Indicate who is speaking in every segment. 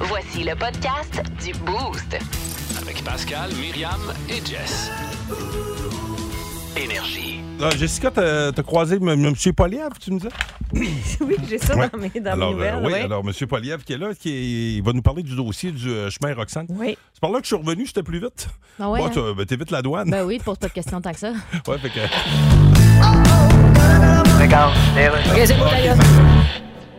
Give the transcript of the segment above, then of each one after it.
Speaker 1: Voici le podcast du Boost.
Speaker 2: Avec Pascal, Myriam et Jess. Énergie.
Speaker 3: Euh, Jessica, t'as t'as croisé M. M monsieur Poliev, tu me disais?
Speaker 4: Oui, j'ai ça
Speaker 3: Ouais.
Speaker 4: dans mes, dans mes
Speaker 3: Alors, euh,
Speaker 4: nouvelles.
Speaker 3: oui,
Speaker 4: ouais.
Speaker 3: alors M. Poliev qui est là, qui est- il va nous parler du dossier du euh, chemin Roxane.
Speaker 4: Oui.
Speaker 3: C'est par là que je suis revenu, j'étais plus vite.
Speaker 5: Ah ouais,
Speaker 3: Bon,
Speaker 5: hein?
Speaker 3: t'as- ben, t'es vite la douane.
Speaker 5: Ben oui, pose pas de questions tant que ça.
Speaker 3: Ouais, fait que...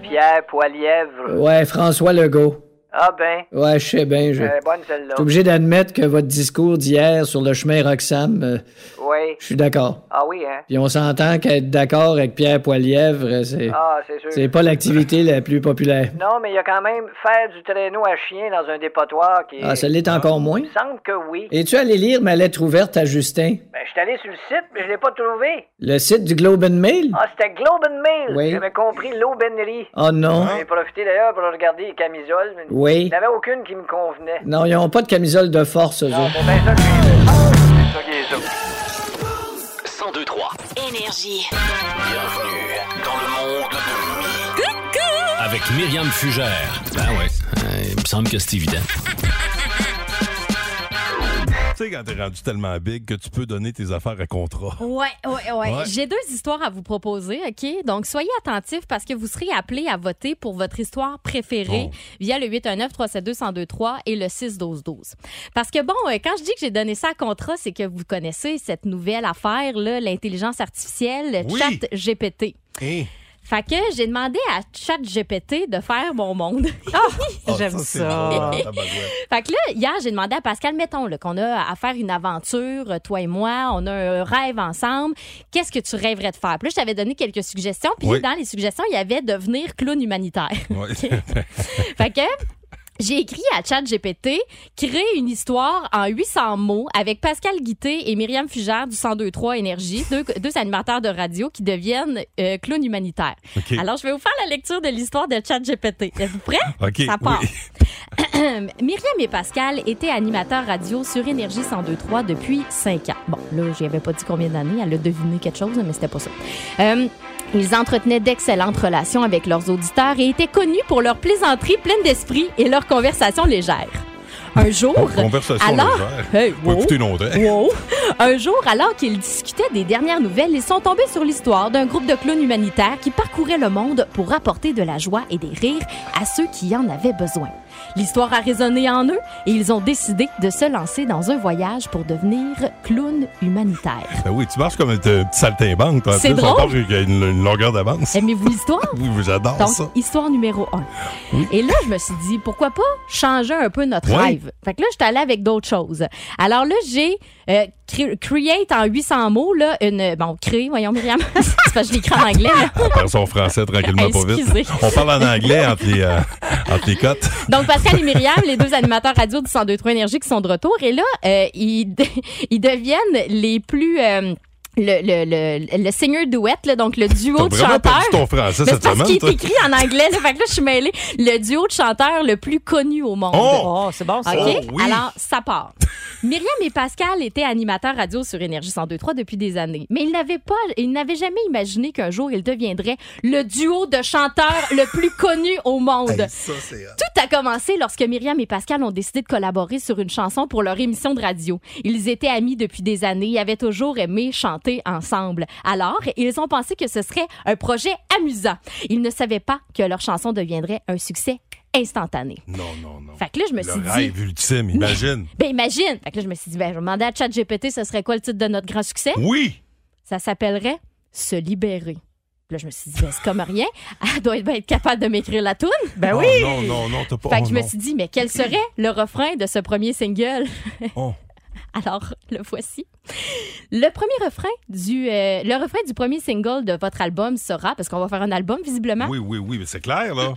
Speaker 6: Pierre Poilièvre.
Speaker 7: Ouais, François Legault.
Speaker 6: Ah ben,
Speaker 7: Ouais, je sais bien. Je...
Speaker 6: euh,
Speaker 7: Je
Speaker 6: bonne celle-là.
Speaker 7: suis obligé d'admettre que votre discours d'hier sur le chemin Roxham, euh,
Speaker 6: Oui.
Speaker 7: je suis d'accord.
Speaker 6: Ah oui, hein?
Speaker 7: Puis on s'entend qu'être d'accord avec Pierre Poilièvre, euh, c'est
Speaker 6: Ah, c'est sûr.
Speaker 7: c'est pas l'activité la plus populaire.
Speaker 6: Non, mais il y a quand même faire du traîneau à chien dans un dépotoir qui est...
Speaker 7: Ah, ça l'est encore moins.
Speaker 6: Il me semble que oui.
Speaker 7: Es-tu allé lire ma lettre ouverte à Justin?
Speaker 6: Ben, je suis allé sur le site, mais je l'ai pas trouvé.
Speaker 7: Le site du Globe and Mail?
Speaker 6: Ah, c'était Globe and Mail.
Speaker 7: Oui.
Speaker 6: J'avais compris l'aubainerie.
Speaker 7: Oh non.
Speaker 6: J'en ai profité d'ailleurs pour regarder les camisoles. mais
Speaker 7: Oui.
Speaker 6: Il n'y en avait aucune qui me convenait.
Speaker 7: Non, ils ont pas de camisole de force, eux autres.
Speaker 6: Bon, ben, ça, c'est- c'est ça qui est ça.
Speaker 2: 1023.
Speaker 1: Énergie.
Speaker 2: Bienvenue dans le monde de Mi. Coucou! Avec Myriam Fugère. Ben ouais, euh, il me semble que c'est évident.
Speaker 3: Tu sais, quand t'es rendu tellement big que tu peux donner tes affaires à contrat.
Speaker 5: Ouais, ouais, ouais.
Speaker 3: Ouais.
Speaker 5: J'ai deux histoires à vous proposer, OK? Donc, soyez attentifs parce que vous serez appelés à voter pour votre histoire préférée
Speaker 3: Oh.
Speaker 5: via le 819-372-1023 et le 612-12. Parce que, bon, euh, quand je dis que j'ai donné ça à contrat, c'est que vous connaissez cette nouvelle affaire, là, l'intelligence artificielle,
Speaker 3: Oui.
Speaker 5: chat GPT.
Speaker 3: Hein?
Speaker 5: Fait que j'ai demandé à chat GPT de faire mon monde.
Speaker 3: Ah,
Speaker 4: J'aime
Speaker 3: c'est
Speaker 4: ça.
Speaker 3: drôle, hein, tabarouette.
Speaker 5: Fait que là, hier, j'ai demandé à Pascal, mettons là, qu'on a à faire une aventure, euh, toi et moi, on a un rêve ensemble. Qu'est-ce que tu rêverais de faire? Puis là, je t'avais donné quelques suggestions. Puis
Speaker 3: Oui.
Speaker 5: dans les suggestions, il y avait devenir clown humanitaire.
Speaker 3: Ouais.
Speaker 5: fait que... J'ai écrit à ChatGPT, créer une histoire en 800 mots avec Pascal Guité et Myriam Fugère du 1023 Énergie, deux, deux animateurs de radio qui deviennent euh, clowns humanitaires.
Speaker 3: OK.
Speaker 5: Alors, je vais vous faire la lecture de l'histoire de ChatGPT. Êtes-vous prêts?
Speaker 3: OK,
Speaker 5: Ça part.
Speaker 3: oui.
Speaker 5: Myriam et Pascal étaient animateurs radio sur Énergie 1023 depuis 5 ans. Bon, là, j'y avais pas dit combien d'années, elle a deviné quelque chose, mais c'était pas ça. Euh, ils entretenaient d'excellentes relations avec leurs auditeurs et étaient connus pour leur plaisanterie pleine d'esprit et leurs conversations légères. Un jour,
Speaker 3: Conversation
Speaker 5: alors,
Speaker 3: légère.
Speaker 5: Hey,
Speaker 3: Pas
Speaker 5: wow.
Speaker 3: écouter longtemps.
Speaker 5: Wow. Un jour, alors qu'ils discutaient des dernières nouvelles, ils sont tombés sur l'histoire d'un groupe de clowns humanitaires qui parcourait le monde pour apporter de la joie et des rires à ceux qui en avaient besoin. L'histoire a résonné en eux et ils ont décidé de se lancer dans un voyage pour devenir clowns humanitaires.
Speaker 3: Ben oui, tu marches comme un t- petit saltimbanque. toi, en
Speaker 5: C'est
Speaker 3: plus,
Speaker 5: drôle.
Speaker 3: On parle qu'il y a une, une longueur d'avance.
Speaker 5: Aimez-vous l'histoire?
Speaker 3: Oui, mais j'adore
Speaker 5: Donc,
Speaker 3: ça.
Speaker 5: histoire numéro un. Et là, je me suis dit, pourquoi pas changer un peu notre
Speaker 3: Oui.
Speaker 5: rêve? Fait que là, je suis allée avec d'autres choses. Alors là, j'ai euh, cré- create en 800 mots, là, une. Bon, créer, voyons, Myriam. C'est parce que je l'écris en anglais. là.
Speaker 3: On perd son français tranquillement pas
Speaker 5: Excusez.
Speaker 3: vite. On parle en anglais entre les, euh, entre les cotes.
Speaker 5: Donc, Pascal et Myriam, les deux animateurs radio du 1023 Énergie qui sont de retour. Et là, euh, ils, de- ils deviennent les plus. euh, le, le, le, le singer duet, là, donc le
Speaker 3: T'as
Speaker 5: duo de
Speaker 3: vraiment
Speaker 5: chanteurs.
Speaker 3: perdu ton français
Speaker 5: Mais
Speaker 3: cette
Speaker 5: c'est parce
Speaker 3: semaine,
Speaker 5: qu'il est
Speaker 3: toi.
Speaker 5: écrit en anglais. Là, fait que là, je suis mêlée. Le duo de chanteurs le plus connu au monde.
Speaker 3: Oh!
Speaker 4: Oh, c'est bon, ça.
Speaker 5: OK?
Speaker 3: oui.
Speaker 5: Alors, ça part. Myriam et Pascal étaient animateurs radio sur Énergie 102.3 depuis des années. Mais ils n'avaient pas, ils n'avaient jamais imaginé qu'un jour, ils deviendraient le duo de chanteurs le plus connu au monde. Tout a commencé lorsque Myriam et Pascal ont décidé de collaborer sur une chanson pour leur émission de radio. Ils étaient amis depuis des années et avaient toujours aimé chanter ensemble. Alors, ils ont pensé que ce serait un projet amusant. Ils ne savaient pas que leur chanson deviendrait un succès instantané.
Speaker 3: Non, non, non.
Speaker 5: Fait que là, je me suis
Speaker 3: Le
Speaker 5: Ben, dit,
Speaker 3: rêve ultime, imagine.
Speaker 5: ben imagine! Fait que là, je me suis dit, ben, je vais demander à ChatGPT, ce serait quoi le titre de notre grand succès?
Speaker 3: Oui!
Speaker 5: Ça s'appellerait Se libérer. Puis Là, je me suis dit, ben, c'est comme rien. Elle doit être, ben, être capable de m'écrire la toune.
Speaker 4: Ben
Speaker 3: Oh,
Speaker 4: oui.
Speaker 3: Non, non, non, t'as pas.
Speaker 5: Fait que
Speaker 3: oh,
Speaker 5: je me
Speaker 3: non.
Speaker 5: suis dit, mais quel serait le refrain de ce premier single?
Speaker 3: Oh.
Speaker 5: Alors, le voici. Le premier refrain du, euh, le refrain du premier single de votre album sera, parce qu'on va faire un album visiblement,
Speaker 3: Oui, oui, oui, mais c'est clair, là.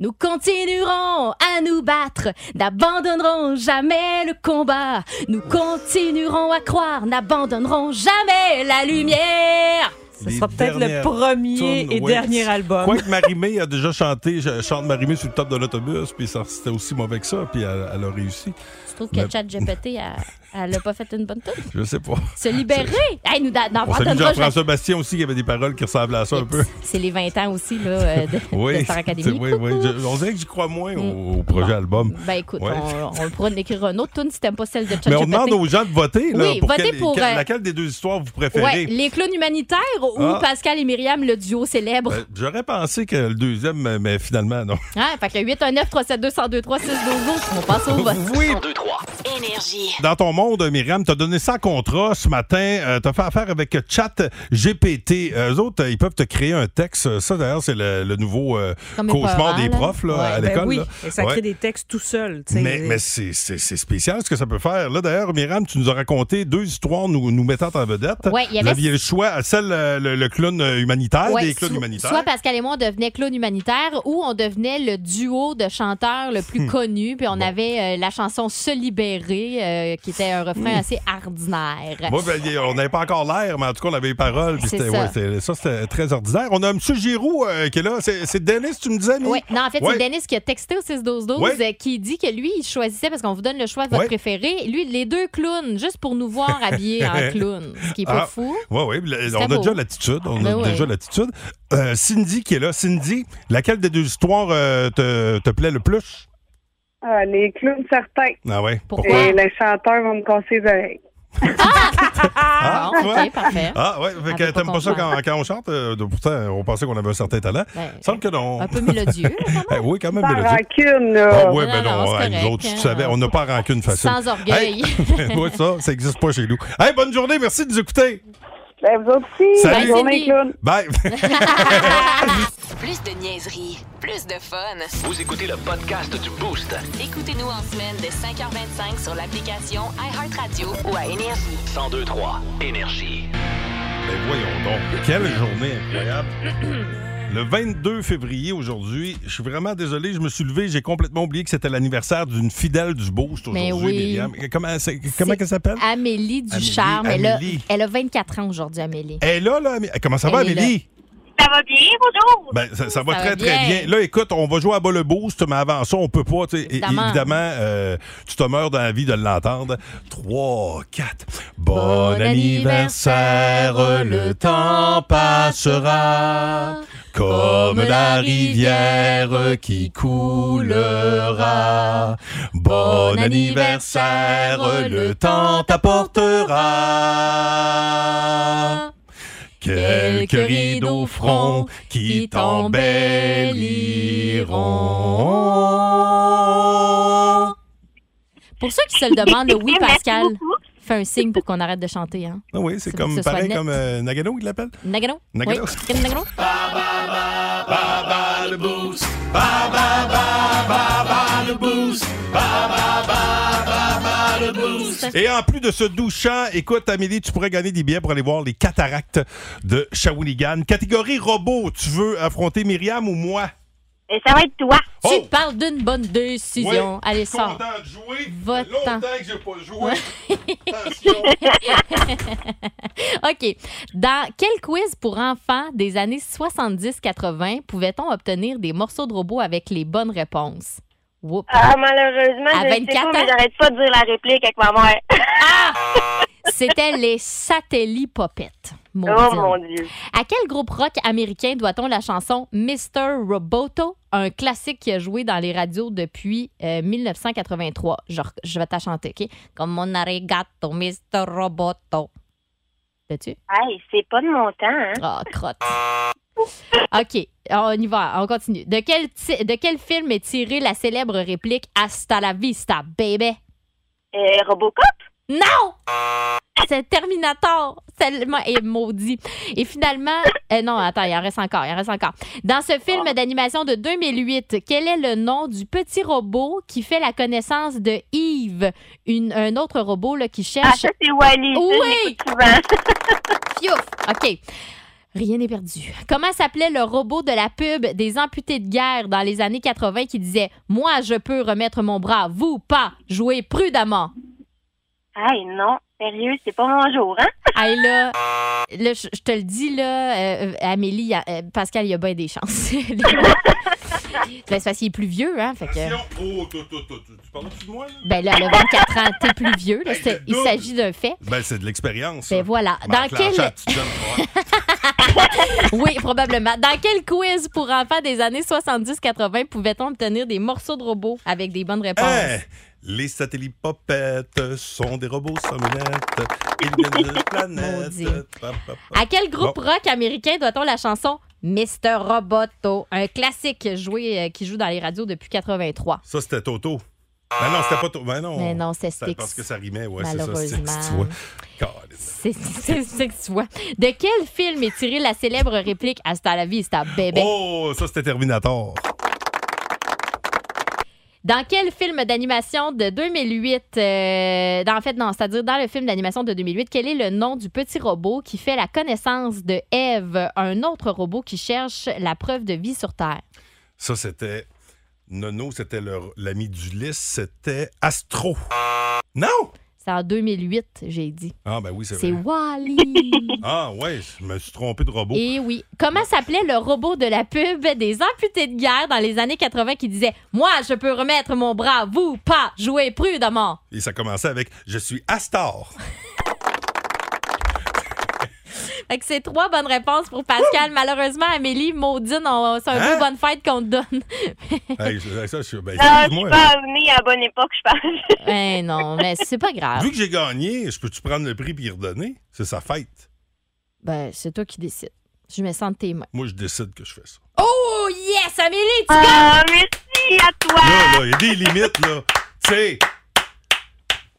Speaker 5: Nous continuerons à nous battre, n'abandonnerons jamais le combat. Nous continuerons à croire, n'abandonnerons jamais la lumière.
Speaker 4: Ce
Speaker 3: Les
Speaker 4: sera peut-être le
Speaker 3: dernières
Speaker 4: premier
Speaker 3: tunes,
Speaker 4: et
Speaker 3: ouais.
Speaker 4: dernier album.
Speaker 3: Quoique Marimé a déjà chanté, je chante Marimé sur le top de l'autobus, puis ça, c'était aussi mauvais que ça, puis elle, elle a réussi.
Speaker 5: Je trouve que
Speaker 3: Mais-
Speaker 5: ChatGPT a, Elle a pas fait une bonne tour.
Speaker 3: Je sais pas.
Speaker 5: Se libérer! Hey, nous, dans, dans
Speaker 3: On
Speaker 5: Pantone
Speaker 3: salue
Speaker 5: Roche,
Speaker 3: Jean-François Bastien aussi qui avait des paroles qui ressemblaient à ça un peu.
Speaker 5: c'est les 20 ans aussi là, euh, de, de
Speaker 3: Oui.
Speaker 5: Star
Speaker 3: c'est-
Speaker 5: Academy.
Speaker 3: oui, oui. Je- on dirait que j'y crois moins au, au projet
Speaker 5: Bon.
Speaker 3: album.
Speaker 5: Ben écoute,
Speaker 3: Ouais.
Speaker 5: on, on pourra en écrire un autre tune si t'aimes pas celle de Chuck
Speaker 3: Mais on demande aux gens de voter. Là,
Speaker 5: Oui,
Speaker 3: pour
Speaker 5: votez
Speaker 3: quelle,
Speaker 5: pour,
Speaker 3: quelle-
Speaker 5: euh,
Speaker 3: laquelle des deux histoires vous
Speaker 5: Ouais,
Speaker 3: préférez.
Speaker 5: les clowns humanitaires ou
Speaker 3: Ah.
Speaker 5: Pascal et Myriam, le duo célèbre.
Speaker 3: Euh, J'aurais pensé que le deuxième, mais- mais finalement, non.
Speaker 5: Hein, fait que le 819 372 1023 622 on passe au vote.
Speaker 3: Oui,
Speaker 2: 2, 3.
Speaker 1: Énergie.
Speaker 3: Dans ton monde, Myriam, t'as donné ça en contrat ce matin. Euh, t'as fait affaire avec Chat GPT. Eux autres, euh, ils peuvent te créer un texte. Ça, d'ailleurs, c'est le, le nouveau euh,
Speaker 5: Comme les parents,
Speaker 3: cauchemar des
Speaker 5: là.
Speaker 3: profs là,
Speaker 5: Ouais,
Speaker 3: à
Speaker 5: ben
Speaker 3: l'école.
Speaker 4: Ben oui,
Speaker 3: là.
Speaker 4: et ça crée
Speaker 3: Ouais.
Speaker 4: des textes tout seul. tu sais.
Speaker 5: euh,
Speaker 3: Mais, mais c'est- c'est c'est spécial ce que ça peut faire. Là, d'ailleurs, Myriam, tu nous as raconté deux histoires nous, nous mettant en vedette.
Speaker 5: Ouais, il y
Speaker 3: Vous
Speaker 5: avait-
Speaker 3: aviez le choix, celle, euh, le, le clown euh, humanitaire,
Speaker 5: Ouais,
Speaker 3: des clowns
Speaker 5: so-
Speaker 3: humanitaires.
Speaker 5: Soit Pascal et moi, on devenait clown humanitaire ou on devenait le duo de chanteurs le
Speaker 3: Hmm.
Speaker 5: plus connu. Puis on avait euh, la chanson Se libérer, euh, qui était un refrain assez ordinaire.
Speaker 3: Hmm. Moi, ben, on n'avait pas encore l'air, mais en tout cas, on avait les paroles. puis
Speaker 5: C'est
Speaker 3: c'était-
Speaker 5: ça.
Speaker 3: ouais, c'était- ça, c'était très ordinaire. On a M. Giroux euh, qui est là. C'est c'est Dennis, tu me disais, lui?
Speaker 5: Oui, non, en fait,
Speaker 3: Ouais.
Speaker 5: c'est Dennis qui a texté au 6-12-12
Speaker 3: Ouais.
Speaker 5: euh, qui dit que lui, il choisissait, parce qu'on vous donne le choix de votre
Speaker 3: Ouais.
Speaker 5: préféré, lui, les deux clowns, juste pour nous voir habillés en clown, ce qui est pas
Speaker 3: Ah.
Speaker 5: fou.
Speaker 3: Oui, oui,
Speaker 5: C'était
Speaker 3: on a
Speaker 5: beau.
Speaker 3: déjà l'attitude. On
Speaker 5: Ben
Speaker 3: a
Speaker 5: ouais.
Speaker 3: déjà l'attitude. Euh, Cindy qui est là. Cindy, laquelle des deux histoires euh, te, te plaît le plus?
Speaker 8: Ah, les clowns certains.
Speaker 3: Ah ouais.
Speaker 5: Pourquoi?
Speaker 8: Et les chanteurs vont me casser les oreilles.
Speaker 3: Ah,
Speaker 5: Bon,
Speaker 3: ouais.
Speaker 5: OK, parfait.
Speaker 3: Ah ouais, fait
Speaker 5: Hein? Elle
Speaker 3: que
Speaker 5: veut pas
Speaker 3: t'aimes pas,
Speaker 5: qu'on
Speaker 3: ça
Speaker 5: chante.
Speaker 3: quand, quand on chante? euh, de- pourtant, on pensait qu'on avait un certain talent.
Speaker 5: Ben,
Speaker 3: Semble que non.
Speaker 5: un peu mélodieux.
Speaker 3: Eh oui, quand même.
Speaker 8: Sans
Speaker 3: mélodieux.
Speaker 8: rancune,
Speaker 3: Ah
Speaker 8: là.
Speaker 3: ouais,
Speaker 5: Non,
Speaker 3: ben
Speaker 5: non,
Speaker 3: non,
Speaker 5: non, c'est
Speaker 3: hey, nous
Speaker 5: correct,
Speaker 3: autres, tu
Speaker 5: hein.
Speaker 3: savais, on n'a pas rancune facile.
Speaker 5: Sans orgueil.
Speaker 3: Hey, ouais, ça, ça n'existe pas chez nous. Hey, bonne journée, merci de nous écouter.
Speaker 8: Ben, vous autres aussi.
Speaker 3: Salut.
Speaker 8: Bonne journée,
Speaker 5: Bye,
Speaker 8: clowns.
Speaker 3: Bye.
Speaker 1: Plus de niaiserie, plus de fun.
Speaker 2: Vous écoutez le podcast du Boost.
Speaker 1: Écoutez-nous en semaine de 5h25 sur l'application iHeartRadio ou à Énergie.
Speaker 2: 102, 3. Énergie.
Speaker 3: Ben voyons donc, quelle journée incroyable. Le 22 février aujourd'hui, je suis vraiment désolé, je me suis levé, j'ai complètement oublié que c'était l'anniversaire d'une fidèle du Boost
Speaker 5: Mais
Speaker 3: aujourd'hui,
Speaker 5: Ben oui.
Speaker 3: Myriam. Comment, c'est- comment
Speaker 5: C'est-
Speaker 3: qu'elle s'appelle?
Speaker 5: Amélie Ducharme,
Speaker 3: Amélie,
Speaker 5: elle, a,
Speaker 3: Amélie.
Speaker 5: elle a 24 ans aujourd'hui, Amélie.
Speaker 3: Elle est là, là, Amé- comment ça va,
Speaker 5: Elle est là.
Speaker 3: Amélie?
Speaker 9: Ça va bien, bonjour.
Speaker 3: Ben, ça, ça va
Speaker 5: Ça
Speaker 3: très,
Speaker 5: va
Speaker 3: très
Speaker 5: bien.
Speaker 3: bien. Là, écoute, on va jouer à bas le boost, mais avant ça, on peut pas. tu sais, é-
Speaker 5: Évidemment.
Speaker 3: Évidemment, euh, tu te meurs dans la vie de l'entendre. 3, 4. Bon, anniversaire, le temps passera comme la rivière qui coulera. Bon anniversaire, le temps t'apportera. Quelques rideaux front qui t'embelliront.
Speaker 5: Pour ceux qui se le demandent, le oui,
Speaker 9: Merci
Speaker 5: Pascal,
Speaker 9: beaucoup.
Speaker 5: fais un signe pour qu'on arrête de chanter. Hein.
Speaker 3: Ah oui, c'est
Speaker 5: C'est
Speaker 3: comme
Speaker 5: pour que ce soit
Speaker 3: pareil
Speaker 5: net.
Speaker 3: comme euh, Nagano, il l'appelle.
Speaker 5: Nagano?
Speaker 3: Nagano.
Speaker 5: Oui. Nagano?
Speaker 3: Et en plus de ce doux chant, écoute, Amélie, tu pourrais gagner des billets pour aller voir les cataractes de Shawinigan. Catégorie robot, tu veux affronter Myriam ou moi?
Speaker 9: Et ça va être toi.
Speaker 5: Tu parles d'une bonne décision.
Speaker 3: Oh! Ouais,
Speaker 5: Allez,
Speaker 3: je suis
Speaker 5: sors.
Speaker 3: content de jouer. Ça fait
Speaker 5: Va-t'en.
Speaker 3: longtemps que j'ai pas joué. Attention.
Speaker 5: OK. Dans quel quiz pour enfants des années 70-80 pouvait-on obtenir des morceaux de robots avec les bonnes réponses? Whoop.
Speaker 9: Ah, malheureusement,
Speaker 5: À
Speaker 9: je ne sais
Speaker 5: 24
Speaker 9: pas, mais
Speaker 5: ans? Ah!
Speaker 9: j'arrête pas de dire la réplique avec ma mère.
Speaker 5: C'était les satellites popettes.
Speaker 9: Oh mon Dieu.
Speaker 5: À quel groupe rock américain doit-on la chanson Mr. Roboto, un classique qui a joué dans les radios depuis euh, 1983? Je, rec- je vais t'en chanter, OK? Comme mon arigato, Mr. Roboto. L'as-tu?
Speaker 9: Hey, c'est pas de mon temps, hein?
Speaker 5: Ah, crotte. OK, on y va, on continue. De quel, ti- de quel film est tirée la célèbre réplique Hasta la vista, baby?
Speaker 9: Euh, Robocop?
Speaker 5: Non! C'est Terminator! Tellement est maudit. Et finalement, euh, non, attends, il en reste encore, il en reste encore. Dans ce film
Speaker 9: Ah.
Speaker 5: d'animation de 2008, quel est le nom du petit robot qui fait la connaissance de Yves, une- un autre robot là, qui
Speaker 9: Ah,
Speaker 5: cherche...
Speaker 9: ça, c'est Wally. ça,
Speaker 5: Oui!
Speaker 9: j'écoute souvent.
Speaker 5: Fiouf! OK. Rien n'est perdu. Comment s'appelait le robot de la pub des amputés de guerre dans les années 80 qui disait « Moi, je peux remettre mon bras, vous pas, jouez prudemment
Speaker 9: Hey, non. Sérieux, c'est pas mon jour, hein? ».
Speaker 5: Hey, là, là, je je te le dis, là, euh, Amélie, y a- euh, Pascal, il y a bien des chances. ben, c'est parce qu'il est plus vieux, hein. Fait que,
Speaker 3: Attention. Oh, tu, tu, tu, tu- tu parles-tu de moi, là?
Speaker 5: ben là, elle a 24 ans, t'es plus vieux. là,
Speaker 3: Hey,
Speaker 5: c'est-
Speaker 3: le
Speaker 5: il
Speaker 3: double.
Speaker 5: s'agit d'un fait.
Speaker 3: Ben, c'est de l'expérience. ça.
Speaker 5: Ben voilà.
Speaker 3: Ben,
Speaker 5: Dans quel...
Speaker 3: clenchant, tu te donnes- ouais.
Speaker 5: Oui, probablement. Dans quel quiz pour enfants des années 70-80 pouvait-on obtenir des morceaux de robots avec des bonnes réponses?
Speaker 3: Hey, les satellites popettes sont des robots sommettes. Ils viennent de
Speaker 5: Maudit.
Speaker 3: planète. Pa, pa, pa.
Speaker 5: À quel groupe
Speaker 3: Bon.
Speaker 5: rock américain doit-on la chanson Mr. Roboto, un classique joué, euh, qui joue dans les radios depuis 83?
Speaker 3: Ça, c'était Toto. Ben non, c'était pas Toto. Ben non.
Speaker 5: Mais non, c'est
Speaker 3: Ça- Parce que
Speaker 5: Styx.
Speaker 3: ça rimait, ouais, c'est ça. Styx, tu vois.
Speaker 5: Malheureusement.
Speaker 3: Caliste.
Speaker 5: C'est c'est- c'est que tu vois. De quel film est tirée la célèbre réplique Hasta la vista, bébé?
Speaker 3: Oh, ça, c'était Terminator.
Speaker 5: Dans quel film d'animation de 2008, euh, dans- en fait, non, c'est-à-dire dans le film d'animation de 2008, quel est le nom du petit robot qui fait la connaissance de Eve, un autre robot qui cherche la preuve de vie sur Terre?
Speaker 3: Ça, c'était. Nono, c'était leur- l'ami d'Ulysse, c'était Astro. Non!
Speaker 5: C'est en 2008, j'ai dit.
Speaker 3: Ah, ben oui, c'est
Speaker 5: C'est
Speaker 3: vrai.
Speaker 5: Wally.
Speaker 3: Ah, ouais, je me suis trompé de robot.
Speaker 5: Et Eh oui. Comment s'appelait le robot de la pub des amputés de guerre dans les années 80 qui disait Moi, je peux remettre mon bras, vous, pas, jouez prudemment.
Speaker 3: Et ça commençait avec Je suis Astor.
Speaker 5: Fait que c'est trois bonnes réponses pour Pascal. Malheureusement, Amélie, Maudine, on- c'est un
Speaker 3: Hein?
Speaker 5: beau bonne fête qu'on te donne.
Speaker 3: Hey, je- ça, je suis- ben,
Speaker 9: Ah, je suis
Speaker 3: excuse-moi.
Speaker 9: pas née à la bonne époque, je pense.
Speaker 5: Eh non, mais c'est pas grave.
Speaker 3: Vu que j'ai gagné, je peux-tu prendre le prix et y redonner? C'est sa fête.
Speaker 5: Ben, c'est toi qui décides. Je me sens de tes mains.
Speaker 3: Moi, je décide que je fais ça.
Speaker 5: Oh yes, Amélie, tu gagnes!
Speaker 9: Ah, merci à toi.
Speaker 3: Là, là, il y a des limites, là. Tu sais,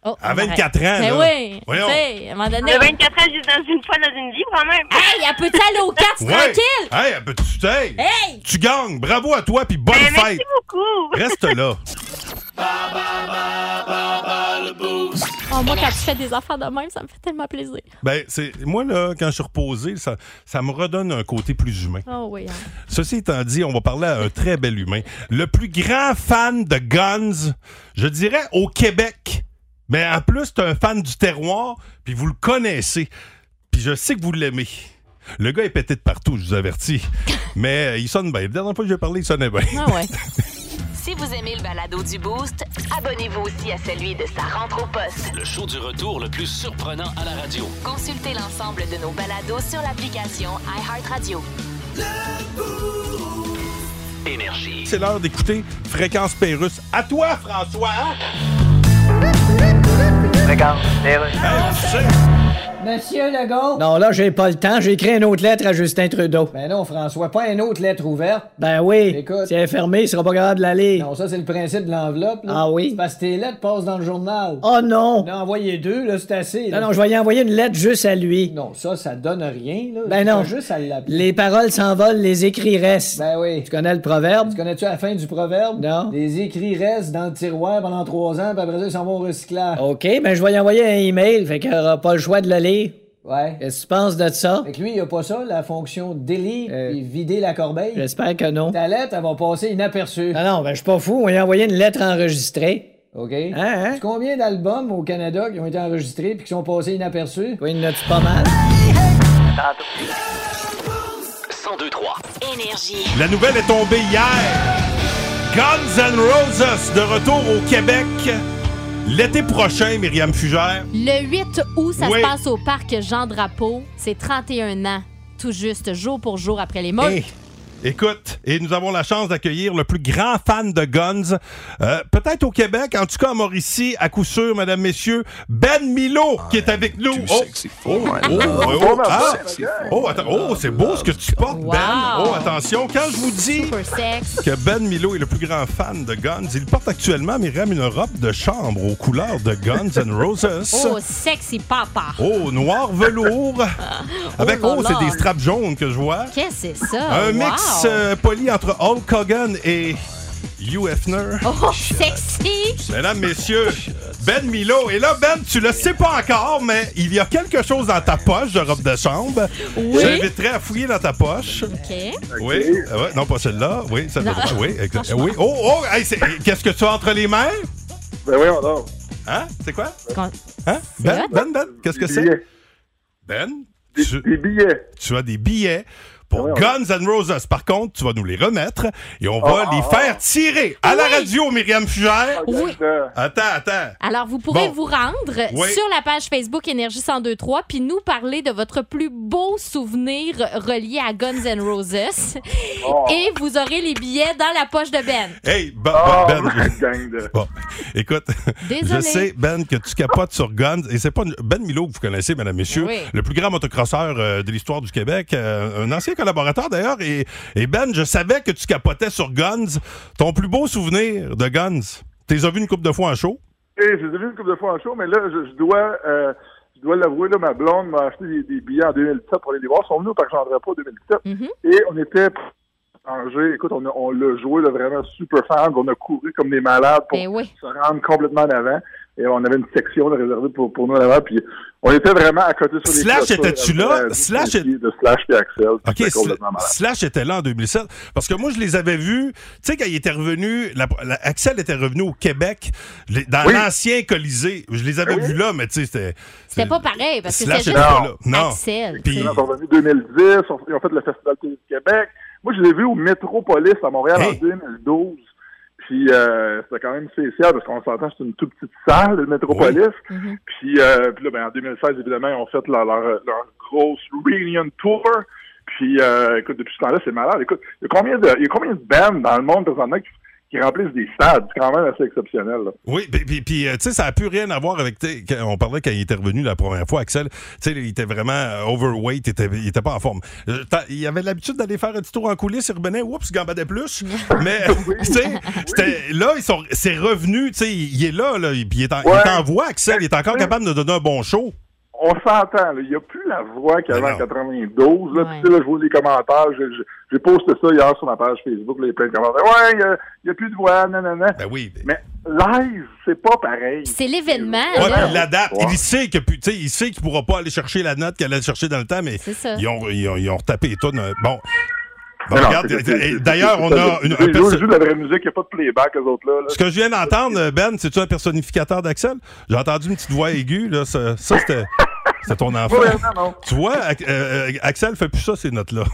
Speaker 5: Oh,
Speaker 3: à
Speaker 5: on arrête.
Speaker 3: 24 ans,
Speaker 5: Ben
Speaker 3: là.
Speaker 5: oui!
Speaker 3: Voyons.
Speaker 5: Tu sais, à un moment donné.
Speaker 9: De 24 ans, juste dans une fois dans une vie, quand même.
Speaker 5: Hey, elle peut-tu aller au 4
Speaker 3: Ouais.
Speaker 5: tranquille?
Speaker 3: Hey, ben, tu t'es.
Speaker 5: Hey!
Speaker 3: Tu gagnes. Bravo à toi, puis bonne
Speaker 9: Ben, merci
Speaker 3: fête.
Speaker 9: beaucoup.
Speaker 3: Reste là.
Speaker 5: Oh, moi, quand tu fais des affaires de même, ça me fait tellement plaisir.
Speaker 3: Ben, c'est moi, là, quand je suis reposé, ça, ça me redonne un côté plus humain.
Speaker 5: Oh oui. hein.
Speaker 3: Ceci étant dit, on va parler à un très bel humain. Le plus grand fan de Guns, je dirais, au Québec. Mais en plus, c'est un fan du terroir, puis vous le connaissez. Puis je sais que vous l'aimez. Le gars est pété de partout, je vous avertis. Mais euh, il sonne bien. La dernière fois que j'ai parlé, il sonnait bien.
Speaker 5: Ah ouais.
Speaker 1: Si vous aimez le balado du Boost, abonnez-vous aussi à celui de sa rentre au poste.
Speaker 2: Le show du retour le plus surprenant à la radio.
Speaker 1: Consultez l'ensemble de nos balados sur l'application iHeartRadio.
Speaker 2: Énergie.
Speaker 3: C'est l'heure d'écouter Fréquence Pérusse. À toi, François! hein?
Speaker 6: Regarde, les rues.
Speaker 3: Hey, tu sais,
Speaker 7: Monsieur Legault! Non, là, j'ai pas le temps. J'ai écrit une autre lettre à Justin Trudeau. Ben non, François, pas une autre lettre ouverte. Ben oui. Écoute. Si elle est fermée, il sera pas capable de la lire. Non, ça, c'est le principe de l'enveloppe. Ah oui? Parce que tes lettres passent dans le journal. Oh non! Là, envoyer deux, là, c'est assez. Non, non, je vais y envoyer une lettre juste à lui. Non, ça, ça donne rien, là. Ben non. juste à l'appeler. Les paroles s'envolent, les écrits restent. Ben oui. Tu connais le proverbe? Tu connais-tu la fin du proverbe? Non. Les écrits restent dans le tiroir pendant trois ans, puis après ça, ils s'en vont au recyclage. OK, ben je vais y envoyer un email, fait qu'il aura pas le choix de le lire. Ouais. Qu'est-ce que tu penses de ça? Fait que lui, il a pas ça, la fonction délire puis vider la corbeille. J'espère que non. Ta lettre, elle va passer inaperçue. Non, non, ben je suis pas fou. On va y envoyer une lettre enregistrée. OK. Hein, hein? Combien d'albums au Canada qui ont été enregistrés puis qui sont passés inaperçus? Oui, il y en a-tu pas mal?
Speaker 2: 1023.
Speaker 1: Énergie.
Speaker 3: La nouvelle est tombée hier. Guns N' Roses de retour au Québec l'été prochain, Myriam Fugère.
Speaker 5: Le 8 août, ça
Speaker 3: Oui.
Speaker 5: se passe au parc Jean Drapeau. C'est 31 ans, tout juste jour pour jour après les morts.
Speaker 3: Hey, écoute, et nous avons la chance d'accueillir le plus grand fan de Guns, euh, peut-être au Québec, en tout cas à Mauricie, à coup sûr, mesdames, messieurs, Ben Milo, qui est avec nous. Oh, oh, oh, oh, oh, ah, oh, attends, oh, c'est beau ce que tu portes, Ben.
Speaker 5: Wow.
Speaker 3: Oh, attention, quand je vous dis
Speaker 5: Super sexe.
Speaker 3: que Ben Milo est le plus grand fan de Guns, il porte actuellement, Myriam, une robe de chambre aux couleurs de Guns N' Roses.
Speaker 5: Oh, sexy papa.
Speaker 3: Oh, noir velours. Avec,
Speaker 5: Oh là
Speaker 3: oh,
Speaker 5: là.
Speaker 3: c'est des straps jaunes que je vois.
Speaker 5: Qu'est-ce que c'est ça?
Speaker 3: Un
Speaker 5: Wow.
Speaker 3: mix euh, poli entre Hulk Hogan et Hugh Hefner.
Speaker 5: Oh, sexy.
Speaker 3: Mesdames, messieurs, Ben Milo. Et là, Ben, tu le sais pas encore, mais il y a quelque chose dans ta poche de robe de chambre.
Speaker 5: Oui.
Speaker 3: Je t'inviterai à fouiller dans ta poche.
Speaker 5: OK.
Speaker 3: Oui. Ah ouais, non, pas celle-là. Oui, ça doit Oui, exact- oui. Oh, oh, hey, c'est- qu'est-ce que tu as entre les mains?
Speaker 10: Ben voyons donc.
Speaker 3: Hein? C'est quoi?
Speaker 5: Con-
Speaker 3: Hein? Ben,
Speaker 5: hot.
Speaker 3: Ben, Ben, qu'est-ce que c'est? Ben, tu, tu as des billets pour Guns N' Roses. Par contre, tu vas nous les remettre et on va les faire tirer à la radio, Myriam Fugère.
Speaker 5: Oui.
Speaker 3: Attends, attends.
Speaker 5: Alors, vous pourrez
Speaker 3: Bon.
Speaker 5: vous rendre
Speaker 3: Oui.
Speaker 5: sur la page Facebook Énergie 1023 puis nous parler de votre plus beau souvenir relié à Guns N' Roses. Et vous aurez les billets dans la poche de Ben.
Speaker 3: Hey, Ben,
Speaker 10: Oh,
Speaker 3: Ben, Ben. Bon, ben, écoute,
Speaker 5: Désolé.
Speaker 3: je sais, Ben, que tu capotes sur Guns. Et c'est pas une- Ben Milo que vous connaissez, mesdames, messieurs,
Speaker 5: Oui.
Speaker 3: le plus grand motocrosseur euh, de l'histoire du Québec, euh, un ancien collaborateur d'ailleurs. Et, et Ben, je savais que tu capotais sur Guns. Ton plus beau souvenir de Guns, t'es vu une couple de fois en show?
Speaker 10: Et j'ai déjà vu une couple de fois en show, mais là, je, je dois, euh, je dois l'avouer, là, ma blonde m'a acheté des, des billets en 2007 pour aller les voir. Ils sont venus au Parc Jean Drapeau en 2007.
Speaker 5: Mhm.
Speaker 10: Et on était en jeu. Écoute, on, a- on l'a joué, là, vraiment super fan. On a couru comme des malades pour
Speaker 5: Ben oui.
Speaker 10: se rendre complètement en avant. Et on avait une section là, réservée pour, pour nous en avant. Puis on était vraiment à côté sur les
Speaker 3: Slash,
Speaker 10: clôtures,
Speaker 3: étais-tu
Speaker 10: euh,
Speaker 3: là?
Speaker 10: du
Speaker 3: Slash
Speaker 10: pied de Slash et Axel.
Speaker 3: OK,
Speaker 10: C'était
Speaker 3: Sl-
Speaker 10: complètement malade.
Speaker 3: Slash était là en 2007. Parce que moi, je les avais vus. Tu sais, quand il était revenu, la- la- Axel était revenu au Québec, les- dans
Speaker 10: Oui.
Speaker 3: l'ancien Colisée. Je les avais vus là, mais tu sais, c'était.
Speaker 5: C'était pas pareil parce que
Speaker 3: Slash
Speaker 5: c'était juste
Speaker 3: était pas là. Non.
Speaker 5: Axel.
Speaker 3: Puis-
Speaker 10: Ils sont revenus en 2010, on- ils ont fait le Festival Télé du Québec. Moi, je l'ai vu au Métropolis à Montréal
Speaker 3: Hey.
Speaker 10: en 2012. Puis euh, c'était quand même spécial parce qu'on s'entend, c'est une toute petite salle, le Métropolis.
Speaker 3: Mm-hmm.
Speaker 5: Mhm.
Speaker 10: Puis, euh, puis là, ben, en 2016, évidemment, ils ont fait leur, leur- leur grosse reunion tour. Puis euh, écoute, depuis ce temps-là, c'est malade. Écoute, il y a combien de, il y a combien de bands dans le monde présentement qui, qui remplissent des stades? C'est quand même assez exceptionnel. là.
Speaker 3: Oui, puis- puis, puis, euh, tu sais, ça n'a plus rien à voir avec. t'sais, quand On parlait quand il était revenu la première fois, Axel. Tu sais, il était vraiment euh, overweight, il était, il était pas en forme. Euh, t'as- Il avait l'habitude d'aller faire un petit tour en coulisses, il revenait, oups, il gambadait plus. Mais, tu sais, c'était- là, ils sont- c'est revenu, tu sais, il est là, là, et puis il est, en, il est
Speaker 10: Ouais.
Speaker 3: en voie, Axel, il est encore capable de donner un bon show.
Speaker 10: on s'entend, là. il n'y a plus la voix qu'il y avait
Speaker 3: Mais
Speaker 10: en
Speaker 3: non.
Speaker 10: 92. Là,
Speaker 5: Ouais.
Speaker 10: Tu sais, là, je vois les commentaires, je- je- j'ai posté ça hier sur ma page Facebook, là, il y a plein de commentaires. Ouais, il n'y a, il y a plus de voix, nanana.
Speaker 3: Ben oui.
Speaker 10: Mais live, c'est pas pareil.
Speaker 5: Puis C'est l'événement.
Speaker 3: Ouais,
Speaker 5: là.
Speaker 3: puis il l'adapte.
Speaker 10: Ouais.
Speaker 3: Il sait que pu- tu sais, il sait qu'il pourra pas aller chercher la note qu'elle allait chercher dans le temps, mais
Speaker 5: C'est ça.
Speaker 3: ils ont, ils ont, ils ont retapé les tunes, euh, Bon. Bon,
Speaker 10: Mais non,
Speaker 3: regarde,
Speaker 10: c'est- c'est- c'est-
Speaker 3: et d'ailleurs,
Speaker 10: c'est-
Speaker 3: on
Speaker 10: c'est-
Speaker 3: a une, un
Speaker 10: Ils jouent-
Speaker 3: perso-
Speaker 10: ils jouent de la vraie musique, il n'y a pas de playback, eux autres-là. là.
Speaker 3: Ce que je viens d'entendre, Ben, c'est-tu un personnificateur d'Axel? J'ai entendu une petite voix aiguë, là. Ça, ça, c'était. c'était ton enfant.
Speaker 10: Ouais, non, non.
Speaker 3: Tu vois, Ac- euh, euh, Axel fait plus ça, ces notes-là.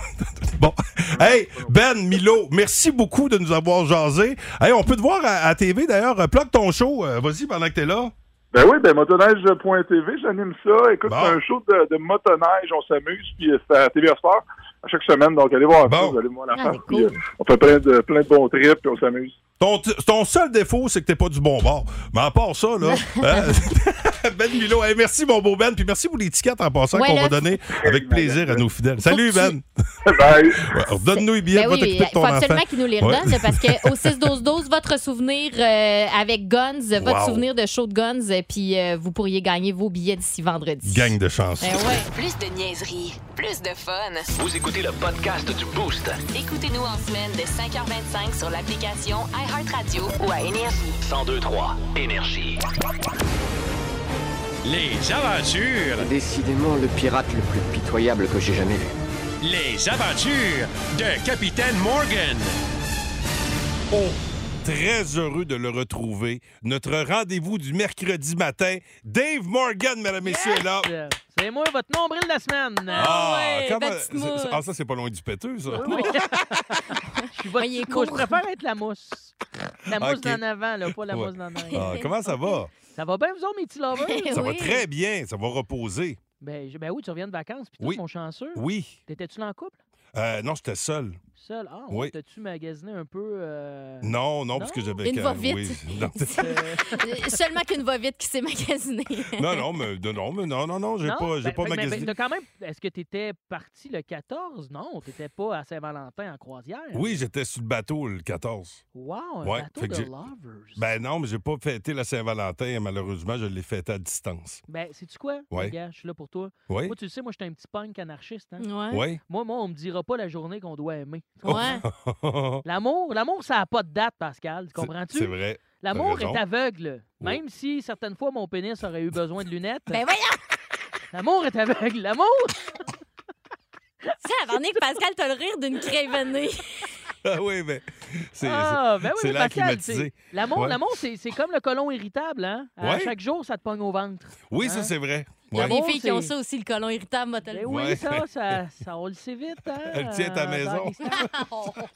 Speaker 3: bon. Hey, Ben, Milo, merci beaucoup de nous avoir jasé. Hey, on peut te voir à, à TV, d'ailleurs. Euh, Plug ton show. Euh, Vas-y, pendant que t'es là.
Speaker 10: Ben oui, ben motoneige.tv, j'anime ça. Écoute,
Speaker 3: Bon.
Speaker 10: c'est un show de, de motoneige, on s'amuse, puis euh, c'est à TVA Sport à chaque semaine. Donc, allez voir
Speaker 3: Bon.
Speaker 10: ça, vous allez voir la
Speaker 5: Ah,
Speaker 10: face.
Speaker 5: c'est
Speaker 10: puis,
Speaker 5: cool.
Speaker 10: euh, on fait plein de, plein de bons trips, puis on s'amuse.
Speaker 3: Ton, ton seul défaut, c'est que t'es pas du bon bord. Mais à part ça, là. euh, ben, Milo, hey, merci, mon beau Ben. Puis merci pour l'étiquette en passant
Speaker 5: Ouais,
Speaker 3: qu'on
Speaker 5: là.
Speaker 3: va donner avec plaisir à nos fidèles. Salut,
Speaker 5: que tu-
Speaker 3: Ben.
Speaker 10: Bye!
Speaker 3: Ouais, Donne-nous les billets,
Speaker 5: Ben
Speaker 3: va
Speaker 5: oui,
Speaker 3: t'occuper de ton
Speaker 5: faut absolument
Speaker 3: enfant.
Speaker 5: qu'il nous les
Speaker 3: Ouais.
Speaker 5: redonne parce que au 6 12 12 votre souvenir euh, avec Guns, votre
Speaker 3: Wow.
Speaker 5: souvenir de show de Guns, euh, puis euh, vous pourriez gagner vos billets d'ici vendredi.
Speaker 3: Gang de chance.
Speaker 5: Ben ouais.
Speaker 1: Plus de niaiserie, plus de fun.
Speaker 2: Vous écoutez le podcast du Boost.
Speaker 1: Écoutez-nous en semaine de 5h25 sur l'application iHeartRadio ou à Énergie.
Speaker 2: 1023 Énergie. Les aventures,
Speaker 11: Décidément le pirate le plus pitoyable que j'ai jamais vu.
Speaker 2: les aventures de Capitaine Morgan.
Speaker 3: Oh, très heureux de le retrouver. Notre rendez-vous du mercredi matin. Dave Morgan, mesdames, messieurs, est là. Ah,
Speaker 12: C'est moi, votre nombril de la semaine. Ah
Speaker 5: Ah ouais,
Speaker 3: comment-
Speaker 5: petite mousse.
Speaker 3: c'est- ah, ça, c'est pas loin du péteux, ça.
Speaker 12: Je suis votre
Speaker 5: Ouais, Ah, il est
Speaker 12: petite mousse.
Speaker 5: court.
Speaker 12: Je préfère être la mousse. La mousse
Speaker 3: Ok.
Speaker 12: d'en avant, là, pas la
Speaker 3: Ouais.
Speaker 12: mousse d'en arrière.
Speaker 3: Ah, comment ça va?
Speaker 12: Ça va bien, vous autres, mes petits lovers?
Speaker 3: Ça va
Speaker 5: Ben Oui.
Speaker 3: très bien. Ça va reposer.
Speaker 12: ben, je- ben oui, tu reviens de vacances, puis
Speaker 3: Oui.
Speaker 12: tout, mon chanceux.
Speaker 3: Oui.
Speaker 12: T'étais-tu là en couple?
Speaker 3: Euh, non, j'étais seul.
Speaker 12: Seul? Ah,
Speaker 3: Oui.
Speaker 12: ouais, t'as-tu magasiné un peu... euh,
Speaker 3: Non, non, parce que
Speaker 12: Non.
Speaker 3: j'avais...
Speaker 5: Une
Speaker 3: quand-
Speaker 5: va vite.
Speaker 3: oui, non.
Speaker 12: euh,
Speaker 5: Euh, Seulement qu'une va vite qui s'est magasinée.
Speaker 3: non, non, mais non, non, mais non, non, non, j'ai
Speaker 12: non?
Speaker 3: pas, j'ai
Speaker 12: Ben,
Speaker 3: pas
Speaker 12: ben, ben,
Speaker 3: magasiné.
Speaker 12: t'as quand même... Est-ce que t'étais parti le 14? Non, t'étais pas à Saint-Valentin en croisière.
Speaker 3: Oui, j'étais sur le bateau le 14.
Speaker 12: Wow, un
Speaker 3: Ouais,
Speaker 12: bateau
Speaker 3: fait que
Speaker 12: de
Speaker 3: j'ai-
Speaker 12: lovers.
Speaker 3: Ben non, mais j'ai pas fêté la Saint-Valentin. Malheureusement, je l'ai fêté à distance.
Speaker 12: Ben, sais-tu quoi?
Speaker 3: Ouais.
Speaker 12: Les gars, je suis là pour toi.
Speaker 3: Oui?
Speaker 12: Moi, tu le sais, moi, j'étais un petit punk anarchiste. Hein?
Speaker 5: Ouais.
Speaker 3: Oui?
Speaker 12: Moi, moi, on me dira pas la journée qu'on doit aimer.
Speaker 5: Ouais.
Speaker 12: L'amour, l'amour, ça n'a pas de date, Pascal. Tu
Speaker 3: C'est- C'est
Speaker 12: comprends-tu?
Speaker 3: vrai.
Speaker 12: L'amour
Speaker 3: t'as raison.
Speaker 12: est aveugle.
Speaker 3: Ouais.
Speaker 12: Même si certaines fois mon pénis aurait eu besoin de lunettes.
Speaker 5: Ben voyons,
Speaker 12: L'amour est aveugle. L'amour!
Speaker 5: ça, avant que Pascal t'as le rire d'une crévenée.
Speaker 3: Ah oui, mais c'est
Speaker 12: Ah, ben oui,
Speaker 3: c'est
Speaker 12: mais
Speaker 3: l'air
Speaker 12: Pascal,
Speaker 3: climatisé.
Speaker 12: c'est- l'amour,
Speaker 3: Ouais.
Speaker 12: l'amour, c'est c'est comme le colon irritable, hein? À
Speaker 3: Ouais.
Speaker 12: chaque jour, ça te pogne au ventre.
Speaker 3: oui, ça
Speaker 12: Hein?
Speaker 3: c'est vrai.
Speaker 5: Il y a
Speaker 3: Ouais.
Speaker 5: des filles qui ont
Speaker 12: c'est-
Speaker 5: ça aussi, le colon irritable, moi,
Speaker 12: Eh oui, ça, ça, ça, on le sait vite. Hein,
Speaker 3: Elle tient à ta
Speaker 12: dans
Speaker 3: maison.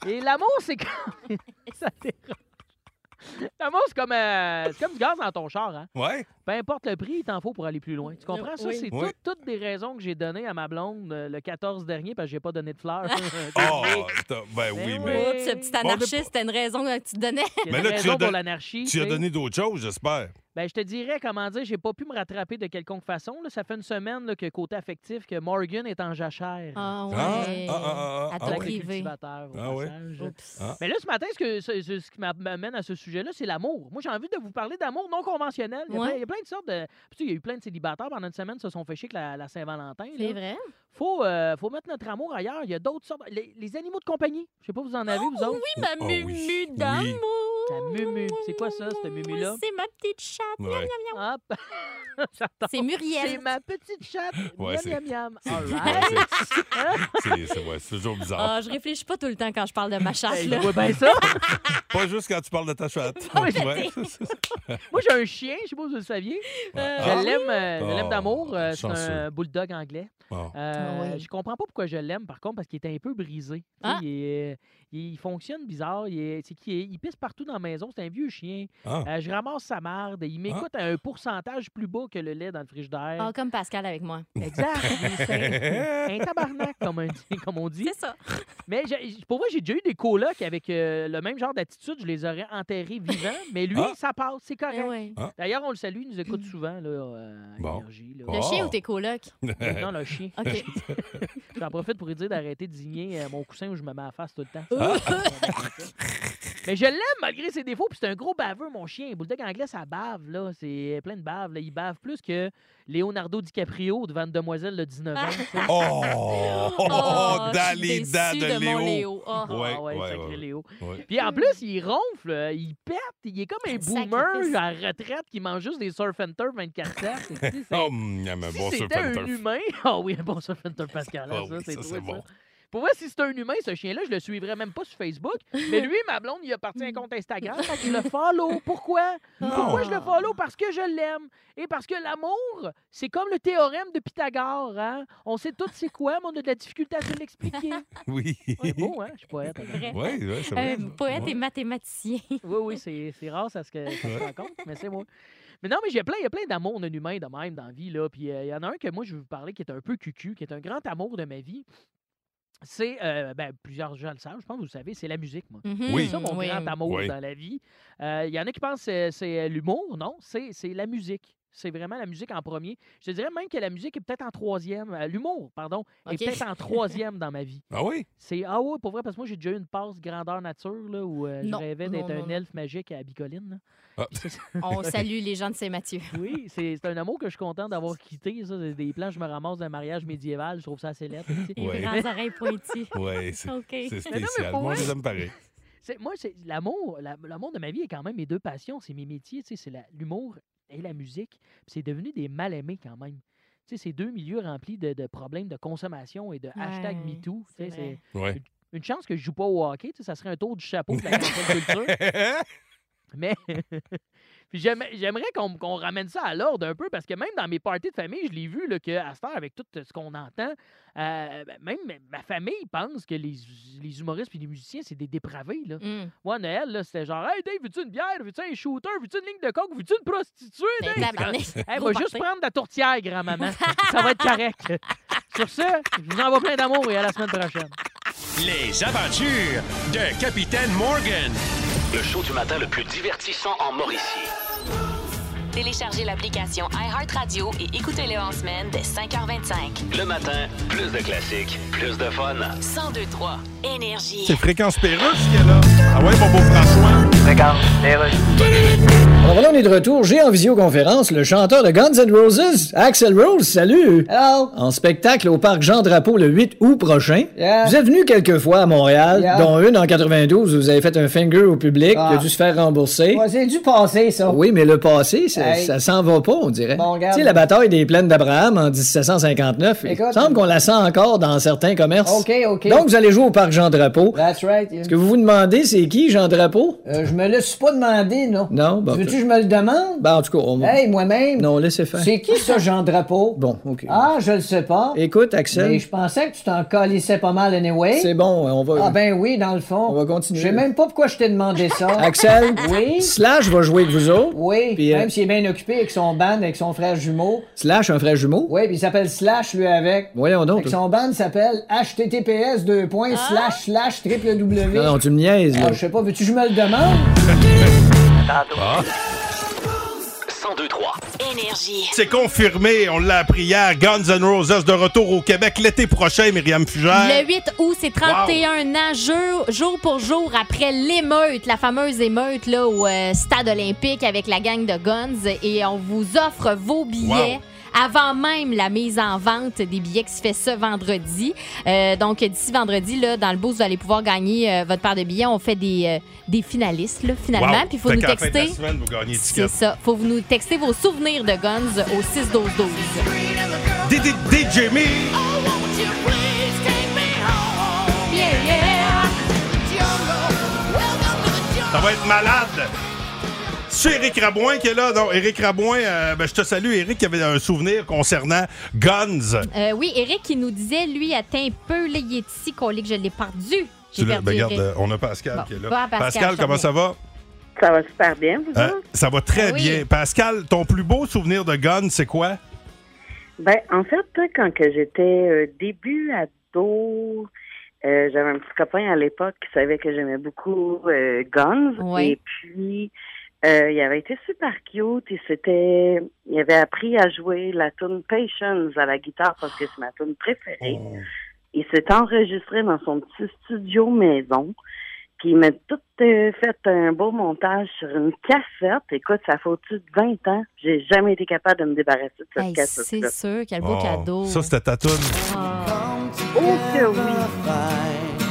Speaker 12: les- Et l'amour, c'est comme. ça dérange. L'amour, c'est comme, euh, c'est comme du gaz dans ton char. Hein?
Speaker 3: Ouais.
Speaker 12: Peu importe le prix, il t'en faut pour aller plus loin. Tu comprends? Ça,
Speaker 3: Oui.
Speaker 12: c'est
Speaker 3: Oui.
Speaker 12: tout- toutes des raisons que j'ai données à ma blonde euh, le 14 dernier parce que j'ai pas donné de fleurs.
Speaker 3: Oh, t'as- ben oui, mais.
Speaker 5: Oups, ce petit
Speaker 3: Bon, on a
Speaker 5: anarchiste, c'était une raison que tu donnais.
Speaker 3: Mais là, tu as,
Speaker 12: pour
Speaker 3: don-
Speaker 12: l'anarchie,
Speaker 3: tu as
Speaker 12: tu sais.
Speaker 3: donné d'autres choses, j'espère.
Speaker 12: Ben, je te dirais, comment dire, j'ai pas pu me rattraper de quelconque façon. là. Ça fait une semaine là, que côté affectif, que Morgan est en jachère.
Speaker 5: Ah
Speaker 3: ouais. Ah, ah, ah, ah, À ton
Speaker 5: privé.
Speaker 3: Ah oui. Ah.
Speaker 12: Mais là, ce matin, ce, que- ce- ce- ce qui m'a- m'amène à ce sujet-là, c'est l'amour. Moi, j'ai envie de vous parler d'amour non conventionnel. Il y a,
Speaker 5: Ouais.
Speaker 12: plein, il y a plein de sortes de. Puis, tu sais, il y a eu plein de célibataires pendant une semaine, se sont fait chier que la, la Saint-Valentin. là.
Speaker 5: C'est vrai.
Speaker 12: Faut, euh, faut mettre notre amour ailleurs. Il y a d'autres sortes. Les, les animaux de compagnie. Je sais pas, vous en avez, vous autres?
Speaker 5: oui,
Speaker 3: Ah
Speaker 5: ma Oh, oui. mumu d'amour.
Speaker 12: Ta mumu. C'est quoi ça, cette mumu-là?
Speaker 5: C'est ma petite chatte.
Speaker 12: Ouais.
Speaker 5: Miam, miam,
Speaker 12: miam.
Speaker 5: C'est Muriel.
Speaker 12: C'est ma petite chatte.
Speaker 3: Ouais, c'est-
Speaker 12: miam, miam, miam. All
Speaker 3: Ouais,
Speaker 12: right.
Speaker 3: c'est- C'est c'est- ouais, c'est toujours bizarre.
Speaker 5: Ah, je réfléchis pas tout le temps quand je parle de ma chatte.
Speaker 12: Ben,
Speaker 5: là.
Speaker 12: je vois bien ça.
Speaker 3: Pas juste quand tu parles de ta chatte.
Speaker 12: Ah oui, je
Speaker 3: Ouais.
Speaker 12: Moi, j'ai un chien, je sais pas si vous le saviez.
Speaker 3: Ah oui?
Speaker 12: je l'aime euh, je l'aime
Speaker 3: Oh,
Speaker 12: d'amour. euh, c'est
Speaker 3: chanceux.
Speaker 12: un bulldog anglais.
Speaker 3: Oh.
Speaker 12: Euh,
Speaker 3: Ah oui.
Speaker 12: Je comprends pas pourquoi je l'aime, par contre, parce qu'il est un peu brisé. Tu sais,
Speaker 5: Ah.
Speaker 12: Il, est- euh, il fonctionne bizarre. Il, est- c'est qu'il est- il pisse partout dans la maison. C'est un vieux chien.
Speaker 5: Ah.
Speaker 12: Euh, je ramasse sa marde.
Speaker 3: Ah.
Speaker 12: Il m'écoute à un pourcentage plus bas que le lait dans le frigidaire.
Speaker 5: Ah, comme Pascal avec moi.
Speaker 12: Exact. C'est un tabarnak, comme on, comme on dit.
Speaker 5: C'est ça.
Speaker 12: Mais j'ai- pour moi, j'ai déjà eu des colocs avec euh, le même genre d'attitude. Je les aurais enterrés vivants. Mais lui,
Speaker 5: Ah.
Speaker 12: ça passe. Oh, C'est correct.
Speaker 5: Eh ouais. Mm.
Speaker 3: Ah.
Speaker 12: D'ailleurs, on le salue. Il nous écoute souvent. Là, euh, à
Speaker 3: Bon.
Speaker 12: Énergie, là.
Speaker 5: Le chien ou tes colocs?
Speaker 12: Non, le chien.
Speaker 5: OK.
Speaker 12: J'en profite pour lui dire d'arrêter de digner euh, mon coussin où je me mets à la face tout le temps. Mais je l'aime malgré ses défauts, puis c'est un gros baveux, mon chien. Le Bulldog anglais, ça bave, là. C'est plein de bave, là. Il bave plus que Leonardo DiCaprio devant une demoiselle de 19 ans. tu sais.
Speaker 3: Oh, oh, oh,
Speaker 12: Oh, je suis
Speaker 3: Dalida
Speaker 12: déçue
Speaker 3: de,
Speaker 12: de mon
Speaker 3: Léo.
Speaker 12: Léo. Ah.
Speaker 3: Ouais,
Speaker 12: Ah ouais,
Speaker 3: ouais,
Speaker 12: sacré
Speaker 3: ouais.
Speaker 12: Léo.
Speaker 3: Ouais.
Speaker 12: Puis en plus, il ronfle, euh, il pète, il est comme un boomer à la retraite qui mange juste des surf and turf 24 heures. C'est- tu sais, c'est-
Speaker 3: Oh, miam, un
Speaker 12: si
Speaker 3: bon surf
Speaker 12: c'était
Speaker 3: and
Speaker 12: un
Speaker 3: turf.
Speaker 12: humain, ah oui, un bon surf and turf Pascal,
Speaker 3: Ah
Speaker 12: ça,
Speaker 3: oui,
Speaker 12: c'est
Speaker 3: ça,
Speaker 12: toi,
Speaker 3: c'est
Speaker 12: ça.
Speaker 3: bon.
Speaker 12: Pour moi, si c'était un humain, ce chien-là, je le suivrais même pas sur Facebook. Mais lui, ma blonde, il a parti un compte Instagram. fait que je le follow. Pourquoi?
Speaker 3: Ah.
Speaker 12: Pourquoi je le follow? Parce que je l'aime. Et parce que l'amour, c'est comme le théorème de Pythagore. hein? On sait tous c'est quoi, mais on a de la difficulté à se l'expliquer.
Speaker 3: Oui.
Speaker 12: C'est beau, hein? Je suis poète.
Speaker 5: Vrai.
Speaker 3: Ouais, ouais, c'est vrai,
Speaker 5: Un
Speaker 3: ça.
Speaker 5: poète
Speaker 3: Ouais.
Speaker 5: et mathématicien.
Speaker 12: Oui, oui, c'est c'est rare, ça se que- ça se
Speaker 3: Ouais.
Speaker 12: rencontre, mais c'est moi. Mais non, mais j'ai plein, il y a plein d'amour d'un humain de même dans la vie, là. Puis euh, il y en a un que moi, je vais vous parler qui est un peu cucu, qui est un grand amour de ma vie. C'est, euh, ben, plusieurs gens le savent, je pense que vous le savez, c'est la musique, moi.
Speaker 5: Mm-hmm.
Speaker 3: Mhm. Oui.
Speaker 12: C'est ça mon
Speaker 3: Oui.
Speaker 12: grand amour
Speaker 3: Oui.
Speaker 12: dans la vie. Euh, Il y en a qui pensent que c'est- c'est l'humour, non, c'est c'est la musique. C'est vraiment la musique en premier. Je te dirais même que la musique est peut-être en troisième. euh, L'humour, pardon,
Speaker 5: Ok.
Speaker 12: est peut-être en troisième dans ma vie.
Speaker 3: Ah oui?
Speaker 12: C'est ah ouais, pour vrai, parce que moi j'ai déjà eu une passe grandeur nature là, où euh, je
Speaker 5: Non,
Speaker 12: rêvais
Speaker 5: non,
Speaker 12: d'être
Speaker 5: non,
Speaker 12: un
Speaker 5: non. Ah.
Speaker 12: elfe magique à Bicoline.
Speaker 3: là.
Speaker 5: On salue les gens de Saint-Mathieu.
Speaker 12: Oui, c'est c'est un amour que je suis content d'avoir quitté. Ça, C'est des plans, je me ramasse d'un mariage médiéval, je trouve ça assez lettre. tu sais.
Speaker 5: Les grandes oreilles pointues.
Speaker 3: Ouais, c'est
Speaker 5: OK.
Speaker 3: c'est
Speaker 12: Mais non, mais
Speaker 3: spécial.
Speaker 12: pour
Speaker 3: Moi,
Speaker 12: vrai,
Speaker 3: je les aime pareil.
Speaker 12: c'est- Moi, c'est l'amour, la- l'amour de ma vie est quand même mes deux passions, c'est mes métiers, tu sais, c'est la- l'humour et la musique. Puis C'est devenu des mal aimés quand même. Tu sais, c'est deux milieux remplis de, de problèmes de consommation et de hashtag
Speaker 5: Ouais,
Speaker 12: MeToo. tu sais,
Speaker 5: vrai.
Speaker 12: c'est
Speaker 3: Ouais.
Speaker 12: une, une chance que je joue pas au hockey, tu sais, ça serait un tour du chapeau de la cancel culture. Mais puis j'aime- j'aimerais qu'on qu'on ramène ça à l'ordre un peu parce que même dans mes parties de famille, je l'ai vu là, que à cette heure, avec tout ce qu'on entend, euh, ben, même ma famille pense que les, les humoristes puis les musiciens, c'est des dépravés. Là.
Speaker 5: Hmm.
Speaker 12: Moi, à Noël, là, c'était genre Hey Dave, veux-tu une bière, veux-tu un shooter, veux-tu une ligne de coke, veux-tu une prostituée?
Speaker 5: Ben,
Speaker 12: Dave?
Speaker 5: tabarnak.
Speaker 12: Hey,
Speaker 5: Gros
Speaker 12: va juste
Speaker 5: party.
Speaker 12: prendre de la tourtière, grand-maman. ça va être correct. Sur ce, je vous envoie plein d'amour et à la semaine prochaine.
Speaker 13: Les aventures de Capitaine Morgan.
Speaker 2: Le show du matin le plus divertissant en Mauricie.
Speaker 1: Téléchargez l'application iHeartRadio et écoutez-le en semaine dès 5h25.
Speaker 2: Le matin, plus de classiques, plus de fun.
Speaker 1: 1023 Énergie.
Speaker 3: C'est Fréquence Pérusse qui est là. Ah ouais, mon beau François. Fréquence
Speaker 7: Alors là, on est de retour. J'ai en visioconférence le chanteur de Guns N' Roses, Axel Rose. Salut! Hello! En spectacle au Parc Jean-Drapeau le 8 août prochain. Vous êtes venu quelques fois à Montréal,
Speaker 14: Yeah.
Speaker 7: dont une en 92 où vous avez fait un finger au public
Speaker 14: Ah.
Speaker 7: qui a dû se faire rembourser.
Speaker 14: Ouais, c'est du passé, ça.
Speaker 7: Oui, mais le passé, ça,
Speaker 14: Hey.
Speaker 7: ça s'en va pas, on dirait. tu
Speaker 14: Bon, regarde.
Speaker 7: sais, la bataille des plaines d'Abraham en 1759, il
Speaker 14: Écoute.
Speaker 7: semble qu'on la sent encore dans certains commerces.
Speaker 14: OK, OK.
Speaker 7: Donc, vous allez jouer au Parc Jean-Drapeau.
Speaker 14: That's right. yeah.
Speaker 7: Ce que vous vous demandez, c'est qui, Jean-Drapeau?
Speaker 14: Euh, je me laisse pas demander, non.
Speaker 7: Non, bon,
Speaker 14: Veux-tu
Speaker 7: Veux-tu que je me le demande?
Speaker 14: Ben, en tout cas, on
Speaker 7: Hey, moi-même.
Speaker 14: Non, laissez faire.
Speaker 7: C'est qui ça, Jean Drapeau?
Speaker 14: Bon, OK.
Speaker 7: Ah, je le sais pas.
Speaker 14: Écoute, Axel.
Speaker 7: Mais je pensais que tu t'en colissais pas mal anyway.
Speaker 14: C'est bon, on va.
Speaker 7: Ah ben oui, dans le fond. On va continuer. Je sais même pas pourquoi je t'ai demandé ça.
Speaker 14: Axel,
Speaker 7: Oui.
Speaker 14: Slash va jouer avec vous autres.
Speaker 7: Oui,
Speaker 14: Puis, euh,
Speaker 7: même s'il est bien occupé avec son band, avec son frère jumeau.
Speaker 14: Slash, un frère jumeau.
Speaker 7: Oui, puis il s'appelle Slash, lui, avec.
Speaker 14: Voyons donc.
Speaker 7: Fait que son band s'appelle https deux points slash slash triple W.
Speaker 14: Non, non, tu me niaises, là.
Speaker 7: Ah, je sais pas, veux-tu que je me le demande?
Speaker 3: Ah.
Speaker 1: 1023 Énergie.
Speaker 3: C'est confirmé, on l'a appris hier. Guns N' Roses de retour au Québec l'été prochain, Myriam Fugère.
Speaker 5: Le 8 août, c'est 31 ans, jour, jour pour jour, après l'émeute, la fameuse émeute là, au euh, stade olympique avec la gang de Guns. Et on vous offre vos billets. Avant même la mise en vente des billets qui se fait ce vendredi. Euh, donc, d'ici vendredi, là, dans le boost, vous allez pouvoir gagner euh, votre paire de billets. On fait des, euh, des finalistes, là, finalement.
Speaker 3: Wow.
Speaker 5: Puis, il faut
Speaker 3: Fait
Speaker 5: nous
Speaker 3: qu'à la fin de la
Speaker 5: texter.
Speaker 3: semaine, vous gagnez le ticket.
Speaker 5: C'est ça. faut vous nous texter vos souvenirs de Guns au 6 12 12.
Speaker 3: DJ Me. Ça va être malade. C'est Éric Rabouin qui est là. Donc, Éric Rabouin, euh, ben, je te salue, Éric, qui avait un souvenir concernant Guns.
Speaker 5: Euh, oui, Eric, il nous disait, lui, attends un peu, là, il est ici, collé, que je l'ai perdu. J'ai
Speaker 3: Tu l'as-
Speaker 5: perdu
Speaker 3: ben, regarde,
Speaker 5: Eric.
Speaker 3: euh, on a Pascal
Speaker 5: Bon,
Speaker 3: qui est là.
Speaker 5: va à Pascal,
Speaker 3: Pascal, comment ça va?
Speaker 8: Ça va super bien, vous
Speaker 5: Mm-hmm.
Speaker 3: Hein?
Speaker 8: autres?
Speaker 3: ça va très
Speaker 8: Ah oui.
Speaker 3: bien. Pascal, ton plus beau souvenir de Guns, c'est quoi?
Speaker 8: Ben, en fait, quand que j'étais euh, début ado, euh, j'avais un petit copain à l'époque qui savait que j'aimais beaucoup euh, Guns.
Speaker 15: Ouais.
Speaker 8: Et puis, euh, il avait été super cute. Il s'était, il avait appris à jouer la tune Patience à la guitare parce que c'est ma tune préférée.
Speaker 3: Oh.
Speaker 8: Il s'est enregistré dans son petit studio maison. Puis il m'a tout euh, fait un beau montage sur une cassette. Écoute, ça fait au-dessus de 20 ans. J'ai jamais été capable de me débarrasser de cette
Speaker 5: Hey,
Speaker 8: cassette.
Speaker 5: c'est sûr, quel beau
Speaker 3: Oh,
Speaker 5: cadeau.
Speaker 3: Ça, c'était ta toune.
Speaker 8: Oh que oui!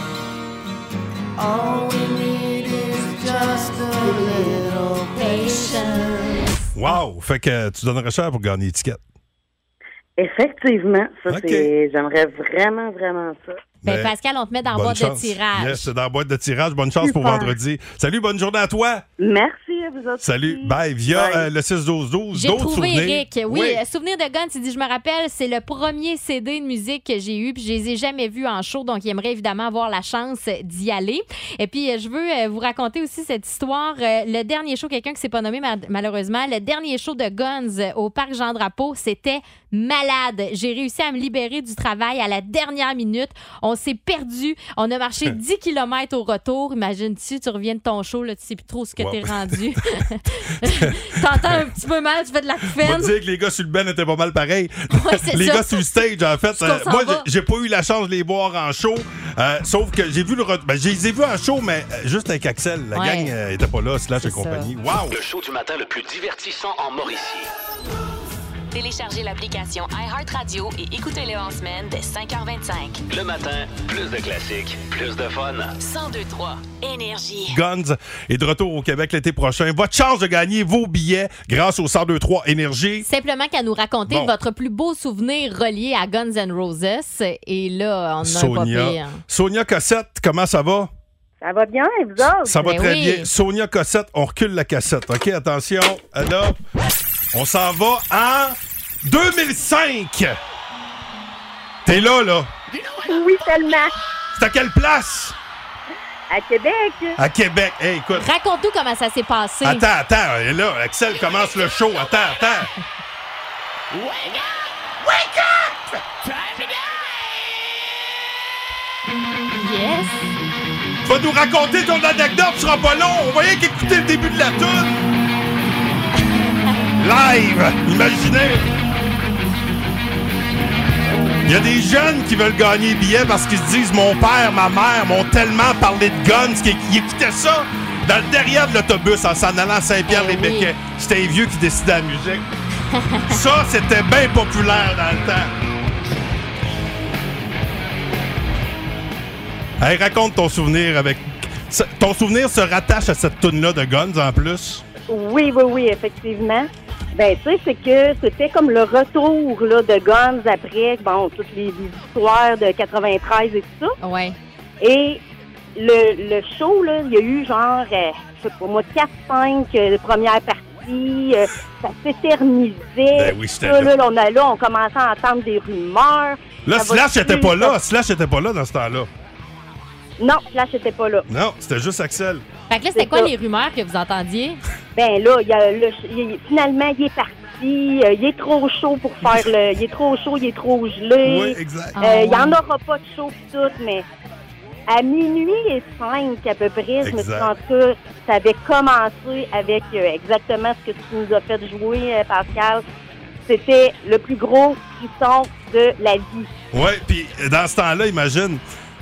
Speaker 3: Wow! Fait que tu donnerais cher pour gagner l'étiquette.
Speaker 8: Effectivement, ça
Speaker 3: Ok.
Speaker 8: c'est. J'aimerais vraiment, vraiment ça.
Speaker 5: Ben,
Speaker 3: Mais-
Speaker 5: Pascal, on te met dans la
Speaker 3: Bonne
Speaker 5: boîte
Speaker 3: chance.
Speaker 5: de tirage.
Speaker 3: Yes, c'est dans la boîte de tirage. Bonne chance pour
Speaker 8: Super.
Speaker 3: vendredi. Salut, bonne journée à toi.
Speaker 8: Merci à vous autres.
Speaker 3: Salut. Bye. Via euh, le 6-12-12,
Speaker 5: J'ai
Speaker 3: d'autres
Speaker 5: trouvé
Speaker 3: souvenirs.
Speaker 5: Eric. Oui, euh, souvenir de Guns, il dit Je me rappelle, c'est le premier CD de musique que j'ai eu, puis je les ai jamais vus en show, donc il aimerait évidemment avoir la chance d'y aller. Et puis, euh, je veux euh, vous raconter aussi cette histoire. Euh, Le dernier show, quelqu'un qui s'est pas nommé ma- malheureusement, le dernier show de Guns euh, au Parc Jean Drapeau, c'était malade. J'ai réussi à me libérer du travail à la dernière minute. On s'est perdu. On a marché 10 km au retour. Imagine-tu, tu reviens de ton show, là, tu sais plus trop ce que
Speaker 3: Wow.
Speaker 5: t'es rendu. T'entends un petit peu mal, tu fais de la
Speaker 3: On va
Speaker 5: peine.
Speaker 3: te dire que les gars sur le ben étaient pas mal pareils.
Speaker 5: Ouais, c'est
Speaker 3: les
Speaker 5: ça.
Speaker 3: gars sur le stage, en fait.
Speaker 5: qu'on
Speaker 3: euh,
Speaker 5: s'en
Speaker 3: moi,
Speaker 5: va.
Speaker 3: j'ai j'ai pas eu la chance de les voir en show. euh, sauf que j'ai vu le. re- Ben, je les ai vus en show, mais euh, juste avec Axel. La
Speaker 2: Ouais.
Speaker 3: gang euh, était pas là, slash et
Speaker 2: ça.
Speaker 3: compagnie. Wow!
Speaker 2: Le show du matin le plus divertissant en Mauricie.
Speaker 1: Téléchargez l'application iHeartRadio et écoutez-le en semaine dès 5h25.
Speaker 2: Le matin, plus de classiques, plus de fun.
Speaker 1: 1023 Énergie.
Speaker 3: Guns est de retour au Québec l'été prochain. Votre chance de gagner vos billets grâce au 1023 Énergie.
Speaker 5: Simplement qu'à nous raconter
Speaker 3: Bon.
Speaker 5: votre plus beau souvenir relié à Guns N' Roses. Et là, on a un pas pire.
Speaker 3: Sonia. Sonia Cossette, comment ça va?
Speaker 8: Ça va bien, et vous autres?
Speaker 3: Ça
Speaker 5: Ben
Speaker 3: va très bien. Sonia Cossette, on recule la cassette. OK, attention. Alors, on s'en va en 2005. T'es là, là.
Speaker 8: Oui, tellement.
Speaker 3: C'est à quelle place?
Speaker 8: À Québec.
Speaker 3: À Québec. Hey, écoute.
Speaker 5: Raconte-nous comment ça s'est passé.
Speaker 3: Attends, attends. Et Là, Axel commence le show. Attends, attends.
Speaker 16: Wake up!
Speaker 5: Yes.
Speaker 3: Tu vas nous raconter ton anecdote, tu seras pas long. On voyait qu'écouter le début de la toune. Live, imaginez. Il y a des jeunes qui veulent gagner des billets parce qu'ils se disent Mon père, ma mère m'ont tellement parlé de guns qu'ils qu'ils écoutaient ça dans le derrière de l'autobus en s'en allant à Saint-Pierre-les-Béquets. C'était un vieux qui décidait la musique. ça, c'était bien populaire dans le temps. Hey, raconte ton souvenir avec. Ce- Ton souvenir se rattache à cette toune-là de Guns en plus.
Speaker 15: Oui, oui, oui, effectivement. Ben, tu sais, c'est que c'était comme le retour là, de Guns après, bon, toutes les, les histoires de 93 et tout
Speaker 5: ça. Ouais.
Speaker 15: Et le, le show, là, il y a eu genre, euh, je sais pas moi, 4-5 premières parties. dit, euh, ça s'éternisait.
Speaker 3: Ben oui, c'était
Speaker 15: Ça,
Speaker 3: là.
Speaker 15: là, on, a, là, on commençait à entendre des rumeurs.
Speaker 3: Là,
Speaker 15: Ça va
Speaker 3: Slash
Speaker 15: plus,
Speaker 3: était pas
Speaker 15: ça-
Speaker 3: là. Slash était pas là dans ce temps-là.
Speaker 15: Non, Slash était pas là.
Speaker 3: Non, c'était juste Axel.
Speaker 5: Fait que là, c'était
Speaker 15: C'est
Speaker 5: quoi
Speaker 15: ça.
Speaker 5: les rumeurs que vous entendiez?
Speaker 15: Ben là, il y a le- il- finalement, il est parti. euh, il est trop chaud pour faire le. Il est trop chaud, il est trop gelé.
Speaker 16: Oui, exact.
Speaker 15: Euh,
Speaker 16: Ah
Speaker 15: il n'y en
Speaker 16: ouais.
Speaker 15: aura pas de chaud pis tout, mais à minuit et cinq à peu près, je me suis
Speaker 16: Exact.
Speaker 15: rendu compte que ça avait commencé avec euh, exactement ce que tu nous as fait jouer, euh, Pascal. C'était le plus gros frisson de la vie.
Speaker 3: Ouais, puis dans ce temps-là, imagine,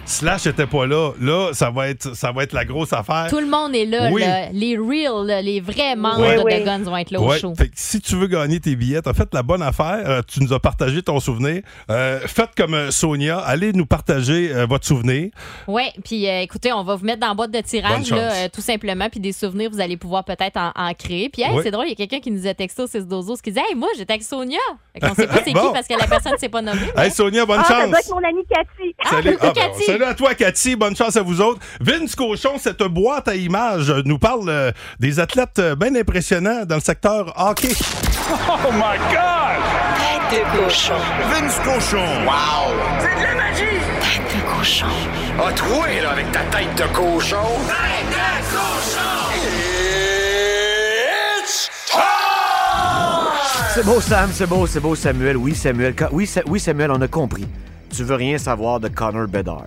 Speaker 3: Slash était pas là. Là, ça va être, ça va être la grosse affaire.
Speaker 5: Tout le monde est là,
Speaker 3: Oui.
Speaker 5: là. Les real, là, les vrais membres
Speaker 3: Ouais.
Speaker 5: de
Speaker 3: Oui.
Speaker 5: Guns vont être là au
Speaker 3: Ouais,
Speaker 5: show.
Speaker 3: fait que si tu veux gagner tes billets, t'as fait la bonne affaire. Euh, tu nous as partagé ton souvenir. Euh, faites comme euh, Sonia, allez nous partager euh, votre souvenir.
Speaker 5: Oui, puis euh, écoutez, on va vous mettre dans la boîte de
Speaker 3: Bonne
Speaker 5: tirage,
Speaker 3: chance.
Speaker 5: là, euh, tout simplement, puis des souvenirs, vous allez pouvoir peut-être en, en créer. Puis hey,
Speaker 3: Oui.
Speaker 5: c'est drôle, il y a quelqu'un qui nous a texté au 6 12 qui dit Hey, moi, j'étais avec Sonia. On sait pas c'est
Speaker 3: Bon.
Speaker 5: qui parce que la personne ne s'est pas nommée.
Speaker 3: Hey Sonia, bonne
Speaker 15: ah, ça
Speaker 3: chance.
Speaker 15: doit être mon amie Cathy.
Speaker 3: Salut. Ah, ben,
Speaker 15: Cathy.
Speaker 3: salut à toi, Cathy. Bonne chance à vous autres. Vince Cochon, cette boîte à images euh, nous parle euh, des athlètes bien impressionnants dans le secteur hockey.
Speaker 16: Oh my God! Tête de cochon. Vince cochon. Wow! C'est de la magie! Tête de cochon.
Speaker 11: Ah, troué, là, avec ta tête de cochon.
Speaker 16: Tête de cochon! It's
Speaker 11: C'est beau, Sam, c'est beau, c'est beau, Samuel. Oui, Samuel. Ca- Oui, Sa- oui, Samuel, on a compris. Tu veux rien savoir de Connor Bedard.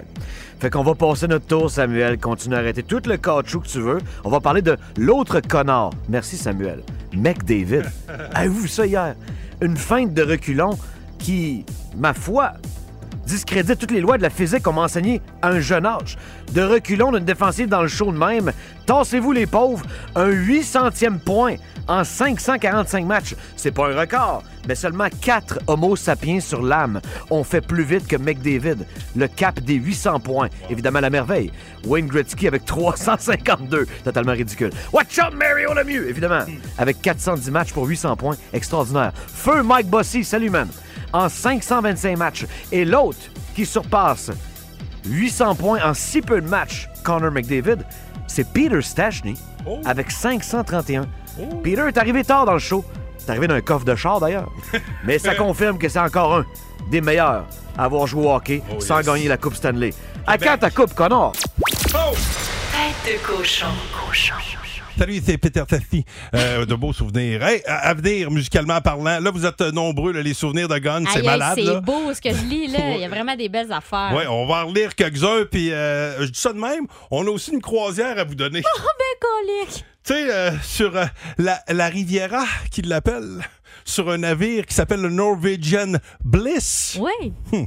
Speaker 11: Fait qu'on va passer notre tour, Samuel. Continue à arrêter tout le caoutchouc que tu veux. On va parler de l'autre connard. Merci, Samuel. McDavid. Avez-vous vu ça hier? Une feinte de reculon qui, ma foi, discrédite toutes les lois de la physique qu'on m'a enseigné à un jeune âge. De reculons d'une défensive dans le show de même. Tassez-vous les pauvres, un 800e point en 545 matchs. C'est pas un record, mais seulement 4 Homo sapiens sur l'âme. On fait plus vite que McDavid, le cap des 800 points. Évidemment, la merveille. Wayne Gretzky avec 352, totalement ridicule. Watch out, Mario Lemieux, évidemment, avec 410 matchs pour 800 points, extraordinaire. Feu Mike Bossy, salut man en 525 matchs et l'autre qui surpasse 800 points en si peu de matchs, Connor McDavid, c'est Peter Stachny avec 531. Peter est arrivé tard dans le show. C'est arrivé d'un coffre de char d'ailleurs. Mais ça confirme que c'est encore un des meilleurs à avoir joué au hockey sans gagner la Coupe Stanley. À quand ta Coupe, Connor?
Speaker 16: Tête de cochon. Cochon.
Speaker 3: Salut, c'est Peter Taffy. Euh, de beaux souvenirs. Hey, à, à venir, musicalement parlant, là, vous êtes euh, nombreux, là, les souvenirs de Gun,
Speaker 5: Aïe,
Speaker 3: c'est
Speaker 5: aïe,
Speaker 3: malade.
Speaker 5: c'est
Speaker 3: là.
Speaker 5: beau ce que je lis, là. Il y a vraiment des belles affaires.
Speaker 3: Ouais, on va en relire quelques-uns, puis euh, je dis ça de même, on a aussi une croisière à vous donner.
Speaker 5: Oh, ben, colique!
Speaker 3: Tu sais, euh, sur euh, la, la Riviera, qui l'appelle, sur un navire qui s'appelle le Norwegian Bliss. Hmm.
Speaker 5: Oui.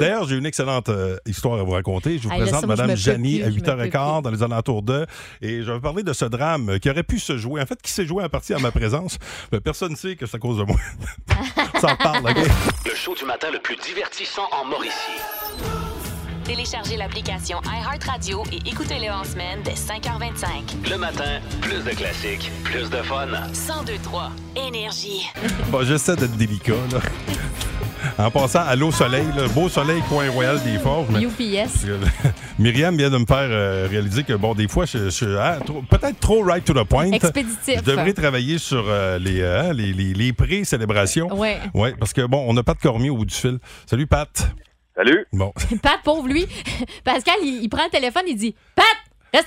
Speaker 3: D'ailleurs, j'ai une excellente euh, histoire à vous raconter. Je vous
Speaker 13: Hey, là,
Speaker 3: présente
Speaker 13: ça, moi, je
Speaker 3: Madame
Speaker 13: me peux
Speaker 3: Janie
Speaker 13: plus,
Speaker 3: à
Speaker 13: je me peux
Speaker 3: 8h15 dans les alentours de. Et je vais vous parler de ce drame euh, qui aurait pu se jouer. En fait, qui s'est joué à partir à ma présence. Mais personne ne sait que c'est à cause de moi. On s'en parle, OK?
Speaker 2: Le show du matin le plus divertissant en Mauricie.
Speaker 1: Téléchargez l'application iHeartRadio et écoutez-le en semaine dès 5h25.
Speaker 2: Le matin, plus de classiques, plus de fun.
Speaker 1: 1023 Énergie.
Speaker 3: Bon, j'essaie d'être délicat, là. En passant à l'eau soleil, là, beau soleil, coin royal des forges. mais-
Speaker 5: UPS.
Speaker 3: Parce que Myriam vient de me faire euh, réaliser que, bon, des fois, je je suis hein, trop- peut-être trop right to the point.
Speaker 5: Expéditif.
Speaker 3: Je devrais travailler sur euh, les, euh, les, les, les pré-célébrations.
Speaker 5: Ouais.
Speaker 3: Ouais, parce que, bon, on n'a pas de cormier au bout du fil. Salut, Pat.
Speaker 17: Salut.
Speaker 3: Bon.
Speaker 5: Pat, pauvre lui. Pascal, il, il prend le téléphone, il dit Pat, reste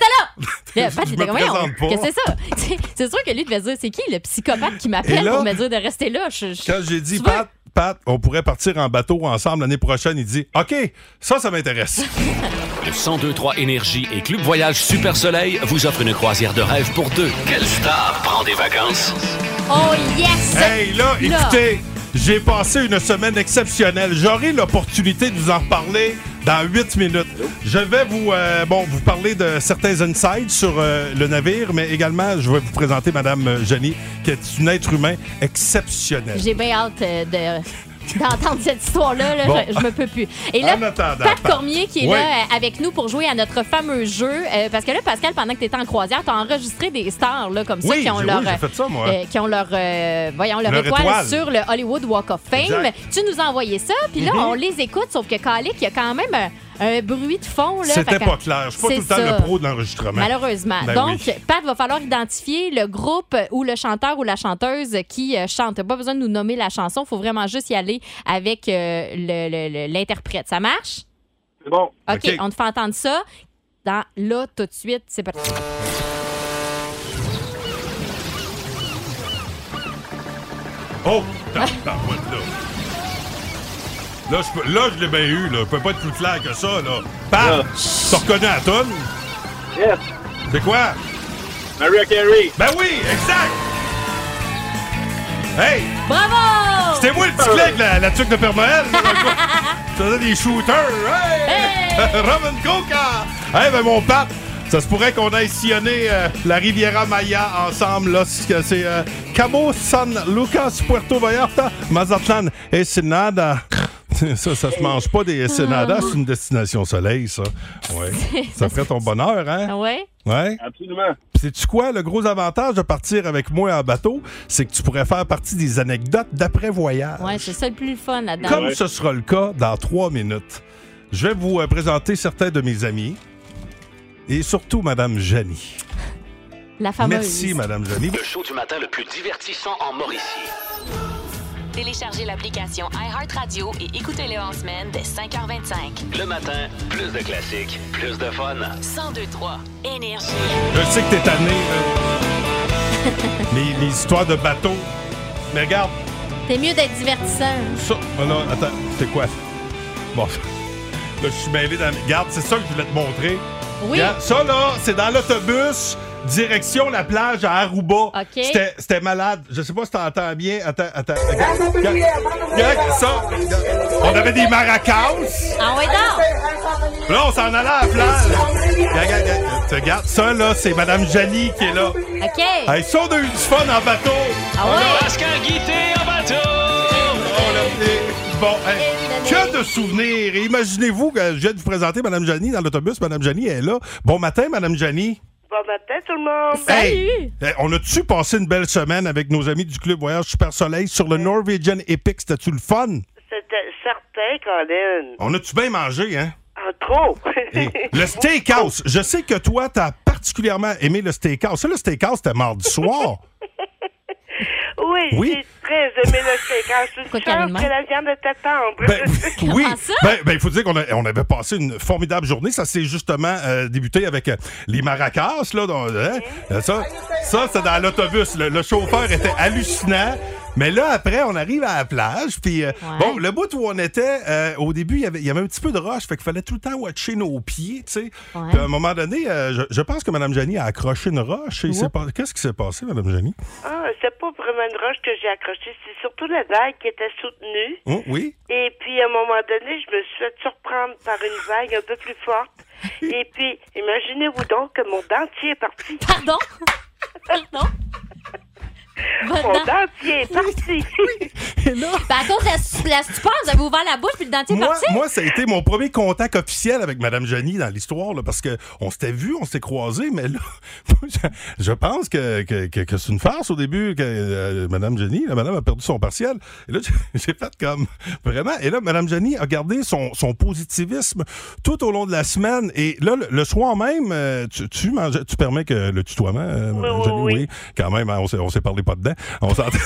Speaker 5: là! Là, Pat,
Speaker 3: Je
Speaker 5: il
Speaker 3: me
Speaker 5: était comme, Voyons,
Speaker 3: présente pas.
Speaker 5: qu'est-ce que c'est ça? C'est- C'est sûr que lui devait se dire C'est qui le psychopathe qui
Speaker 3: Et
Speaker 5: m'appelle
Speaker 3: là-
Speaker 5: pour me dire de rester là? Je- je-
Speaker 3: Quand j'ai dit, Pat, Pat, on pourrait partir en bateau ensemble l'année prochaine, il dit, OK, ça, ça m'intéresse.
Speaker 2: Le 1023 Énergie et Club Voyage Super Soleil vous offrent une croisière de rêve pour deux. Quelle star prend des vacances?
Speaker 5: Oh yes!
Speaker 3: Hey, là, écoutez, j'ai passé une semaine exceptionnelle. J'aurai l'opportunité de vous en reparler dans 8 minutes. Je vais vous, euh, bon, vous parler de certains insights sur euh, le navire, mais également, je vais vous présenter Madame euh, Jenny, qui est une être humain exceptionnel.
Speaker 5: J'ai bien hâte euh, de- d'entendre cette histoire-là. là.
Speaker 3: Bon.
Speaker 5: Je, je me peux plus. Et là,
Speaker 3: En attendant,
Speaker 5: Pat
Speaker 3: Pat.
Speaker 5: Cormier qui est
Speaker 3: Oui.
Speaker 5: là euh, avec nous pour jouer à notre fameux jeu. Euh, parce que là, Pascal, pendant que tu étais en croisière, tu as enregistré des stars là, comme ça
Speaker 3: Oui,
Speaker 5: qui ont
Speaker 3: j'ai-
Speaker 5: leur,
Speaker 3: oui, j'ai fait ça, moi.
Speaker 5: qui ont leur, euh, voyons, leur,
Speaker 3: Leur
Speaker 5: étoile,
Speaker 3: étoile.
Speaker 5: sur le Hollywood Walk of Fame.
Speaker 3: Exact.
Speaker 5: Tu nous as envoyé ça, puis là,
Speaker 3: Mhm.
Speaker 5: on les écoute, sauf que Calic, il y a quand même. euh, un bruit de fond. là.
Speaker 3: C'était
Speaker 5: Fait que-
Speaker 3: pas clair. Je suis pas
Speaker 5: C'est
Speaker 3: tout le temps
Speaker 5: ça.
Speaker 3: le pro de l'enregistrement.
Speaker 5: Malheureusement.
Speaker 3: Ben
Speaker 5: Donc,
Speaker 3: oui.
Speaker 5: Pat, va falloir identifier le groupe ou le chanteur ou la chanteuse qui euh, chante. Pas besoin de nous nommer la chanson, faut vraiment juste y aller avec euh, le- le- le- l'interprète. Ça marche?
Speaker 10: C'est bon.
Speaker 5: OK, on te fait entendre ça. Dans là, tout de suite, c'est parti.
Speaker 3: Oh! tabarouette, là. Là, je peux- là, je l'ai bien eu, là. Je peux pas être plus clair que ça, là. Pam! Tu reconnais la tonne? Yes! C'est quoi? Maria Carey! Ben oui, exact! Hey!
Speaker 5: Bravo!
Speaker 3: C'était moi le petit clé avec la, la tuque de Père Noël! là, dans le coin. Je faisais des shooters! Hey! Robin Coca! Hey, ben mon pape! Ça se pourrait qu'on aille sillonner euh, la Riviera Maya ensemble, là, c'est que c'est euh, Cabo San Lucas, Puerto Vallarta, Mazatlan, Ensenada. Ça, ça se mange pas des Ensenada, c'est une destination soleil, ça. Ouais. Ça ferait ton bonheur, hein?
Speaker 5: Ah Ouais.
Speaker 3: Ouais. Absolument. Sais-tu quoi? Le gros avantage de partir avec moi en bateau, c'est que tu pourrais faire partie des anecdotes d'après-voyage.
Speaker 5: Ouais, c'est ça le plus fun là-dedans.
Speaker 3: Comme ce sera le cas dans trois minutes, je vais vous euh, présenter certains de mes amis et surtout Madame Janie.
Speaker 5: La fameuse.
Speaker 3: Merci, Madame Janie.
Speaker 2: Le show du matin le plus divertissant en Mauricie.
Speaker 1: Téléchargez l'application iHeartRadio et écoutez-le en semaine dès 5h25.
Speaker 2: Le matin, plus de classiques, plus de fun.
Speaker 1: 1023 Énergie.
Speaker 3: Je sais que t'es tanné, là. les, les histoires de bateau. Mais regarde,
Speaker 5: T'es mieux d'être divertissant.
Speaker 3: ça. Oh non, attends, c'est quoi? Bon, là, je suis mêlé dans. Regarde, c'est ça que je voulais te montrer.
Speaker 5: Oui.
Speaker 3: Regarde, ça, là, c'est dans l'autobus, direction la plage à Aruba. C'était- C'était malade. Je sais pas si t'entends bien. Attends, attends. Regarde, regarde, ça. On avait des maracas.
Speaker 5: Ah ouais, donc!
Speaker 3: Là, on s'en allait à la plage. Regarde, regarde, regarde. Tu regardes, ça, là, c'est Madame Janie qui est là.
Speaker 5: OK.
Speaker 3: Hey, ça, on a eu du fun en bateau.
Speaker 5: Ah
Speaker 3: On a-
Speaker 16: ouais?
Speaker 2: en
Speaker 3: Bon, hey, que de souvenirs. Et Imaginez-vous que je viens de vous présenter Madame Janie dans l'autobus. Madame Janie est là. Bon matin, Madame Janie.
Speaker 9: Bon matin, tout le monde.
Speaker 3: Hey, hey, on a-tu passé une belle semaine avec nos amis du Club Voyage Super Soleil sur le Norwegian Epic? C'était-tu le fun?
Speaker 9: C'était certain, Colin.
Speaker 3: On a-tu bien mangé, hein?
Speaker 9: En trop.
Speaker 3: Et le steakhouse. Je sais que toi, t'as particulièrement aimé le steakhouse. Ça, le steakhouse, c'était mardi soir.
Speaker 9: oui,
Speaker 3: Oui.
Speaker 9: j'ai très aimé le steakhouse. Je suis sûre que la viande est attendre.
Speaker 3: Ben, oui, ben, ben, il faut dire qu'on a- on avait passé une formidable journée. Ça s'est justement euh, débuté avec euh, les maracas. Là, dans- hein, ça, ça c'est dans l'autobus. Le, le chauffeur était hallucinant. Mais là, après, on arrive à la plage. Puis, euh, bon, le bout où on était, euh, au début, il y avait- il y avait un petit peu de roche. Fait qu'il fallait tout le temps watcher nos pieds, tu sais. Puis à un moment donné, euh, je, je pense que Mme Janie a accroché une roche. et il s'est pas- Qu'est-ce qui s'est passé, Mme Janie?
Speaker 9: Ah, c'est pas vraiment une roche que j'ai accrochée, c'est surtout la vague qui était soutenue.
Speaker 3: Hum, oui?
Speaker 9: Et puis, à un moment donné, je me suis fait surprendre par une vague un peu plus forte. Et puis, imaginez-vous donc que mon dentier est parti.
Speaker 5: Pardon? Pardon?
Speaker 9: mon dentier est parti.
Speaker 5: Ben, à cause de la, stu- la stupeur, vous avez ouvert la bouche puis le dentier est
Speaker 3: Moi,
Speaker 5: parti.
Speaker 3: moi, ça a été mon premier contact officiel avec Madame Janie dans l'histoire, là, parce que on s'était vu, on s'était croisés, mais là, moi, je- je pense que, que- que- que c'est une farce au début, que euh, Madame Janie, la Madame a perdu son partiel. Et là, j'ai- j'ai fait comme, vraiment. Et là, Madame Janie a gardé son, son positivisme tout au long de la semaine. Et là, le, le soir même, euh, tu, tu mangeais- tu permets que le tutoiement, euh, Madame Janie, oui. Quand même, hein, on s'est- on s'est parlé pas dedans. On s'entend.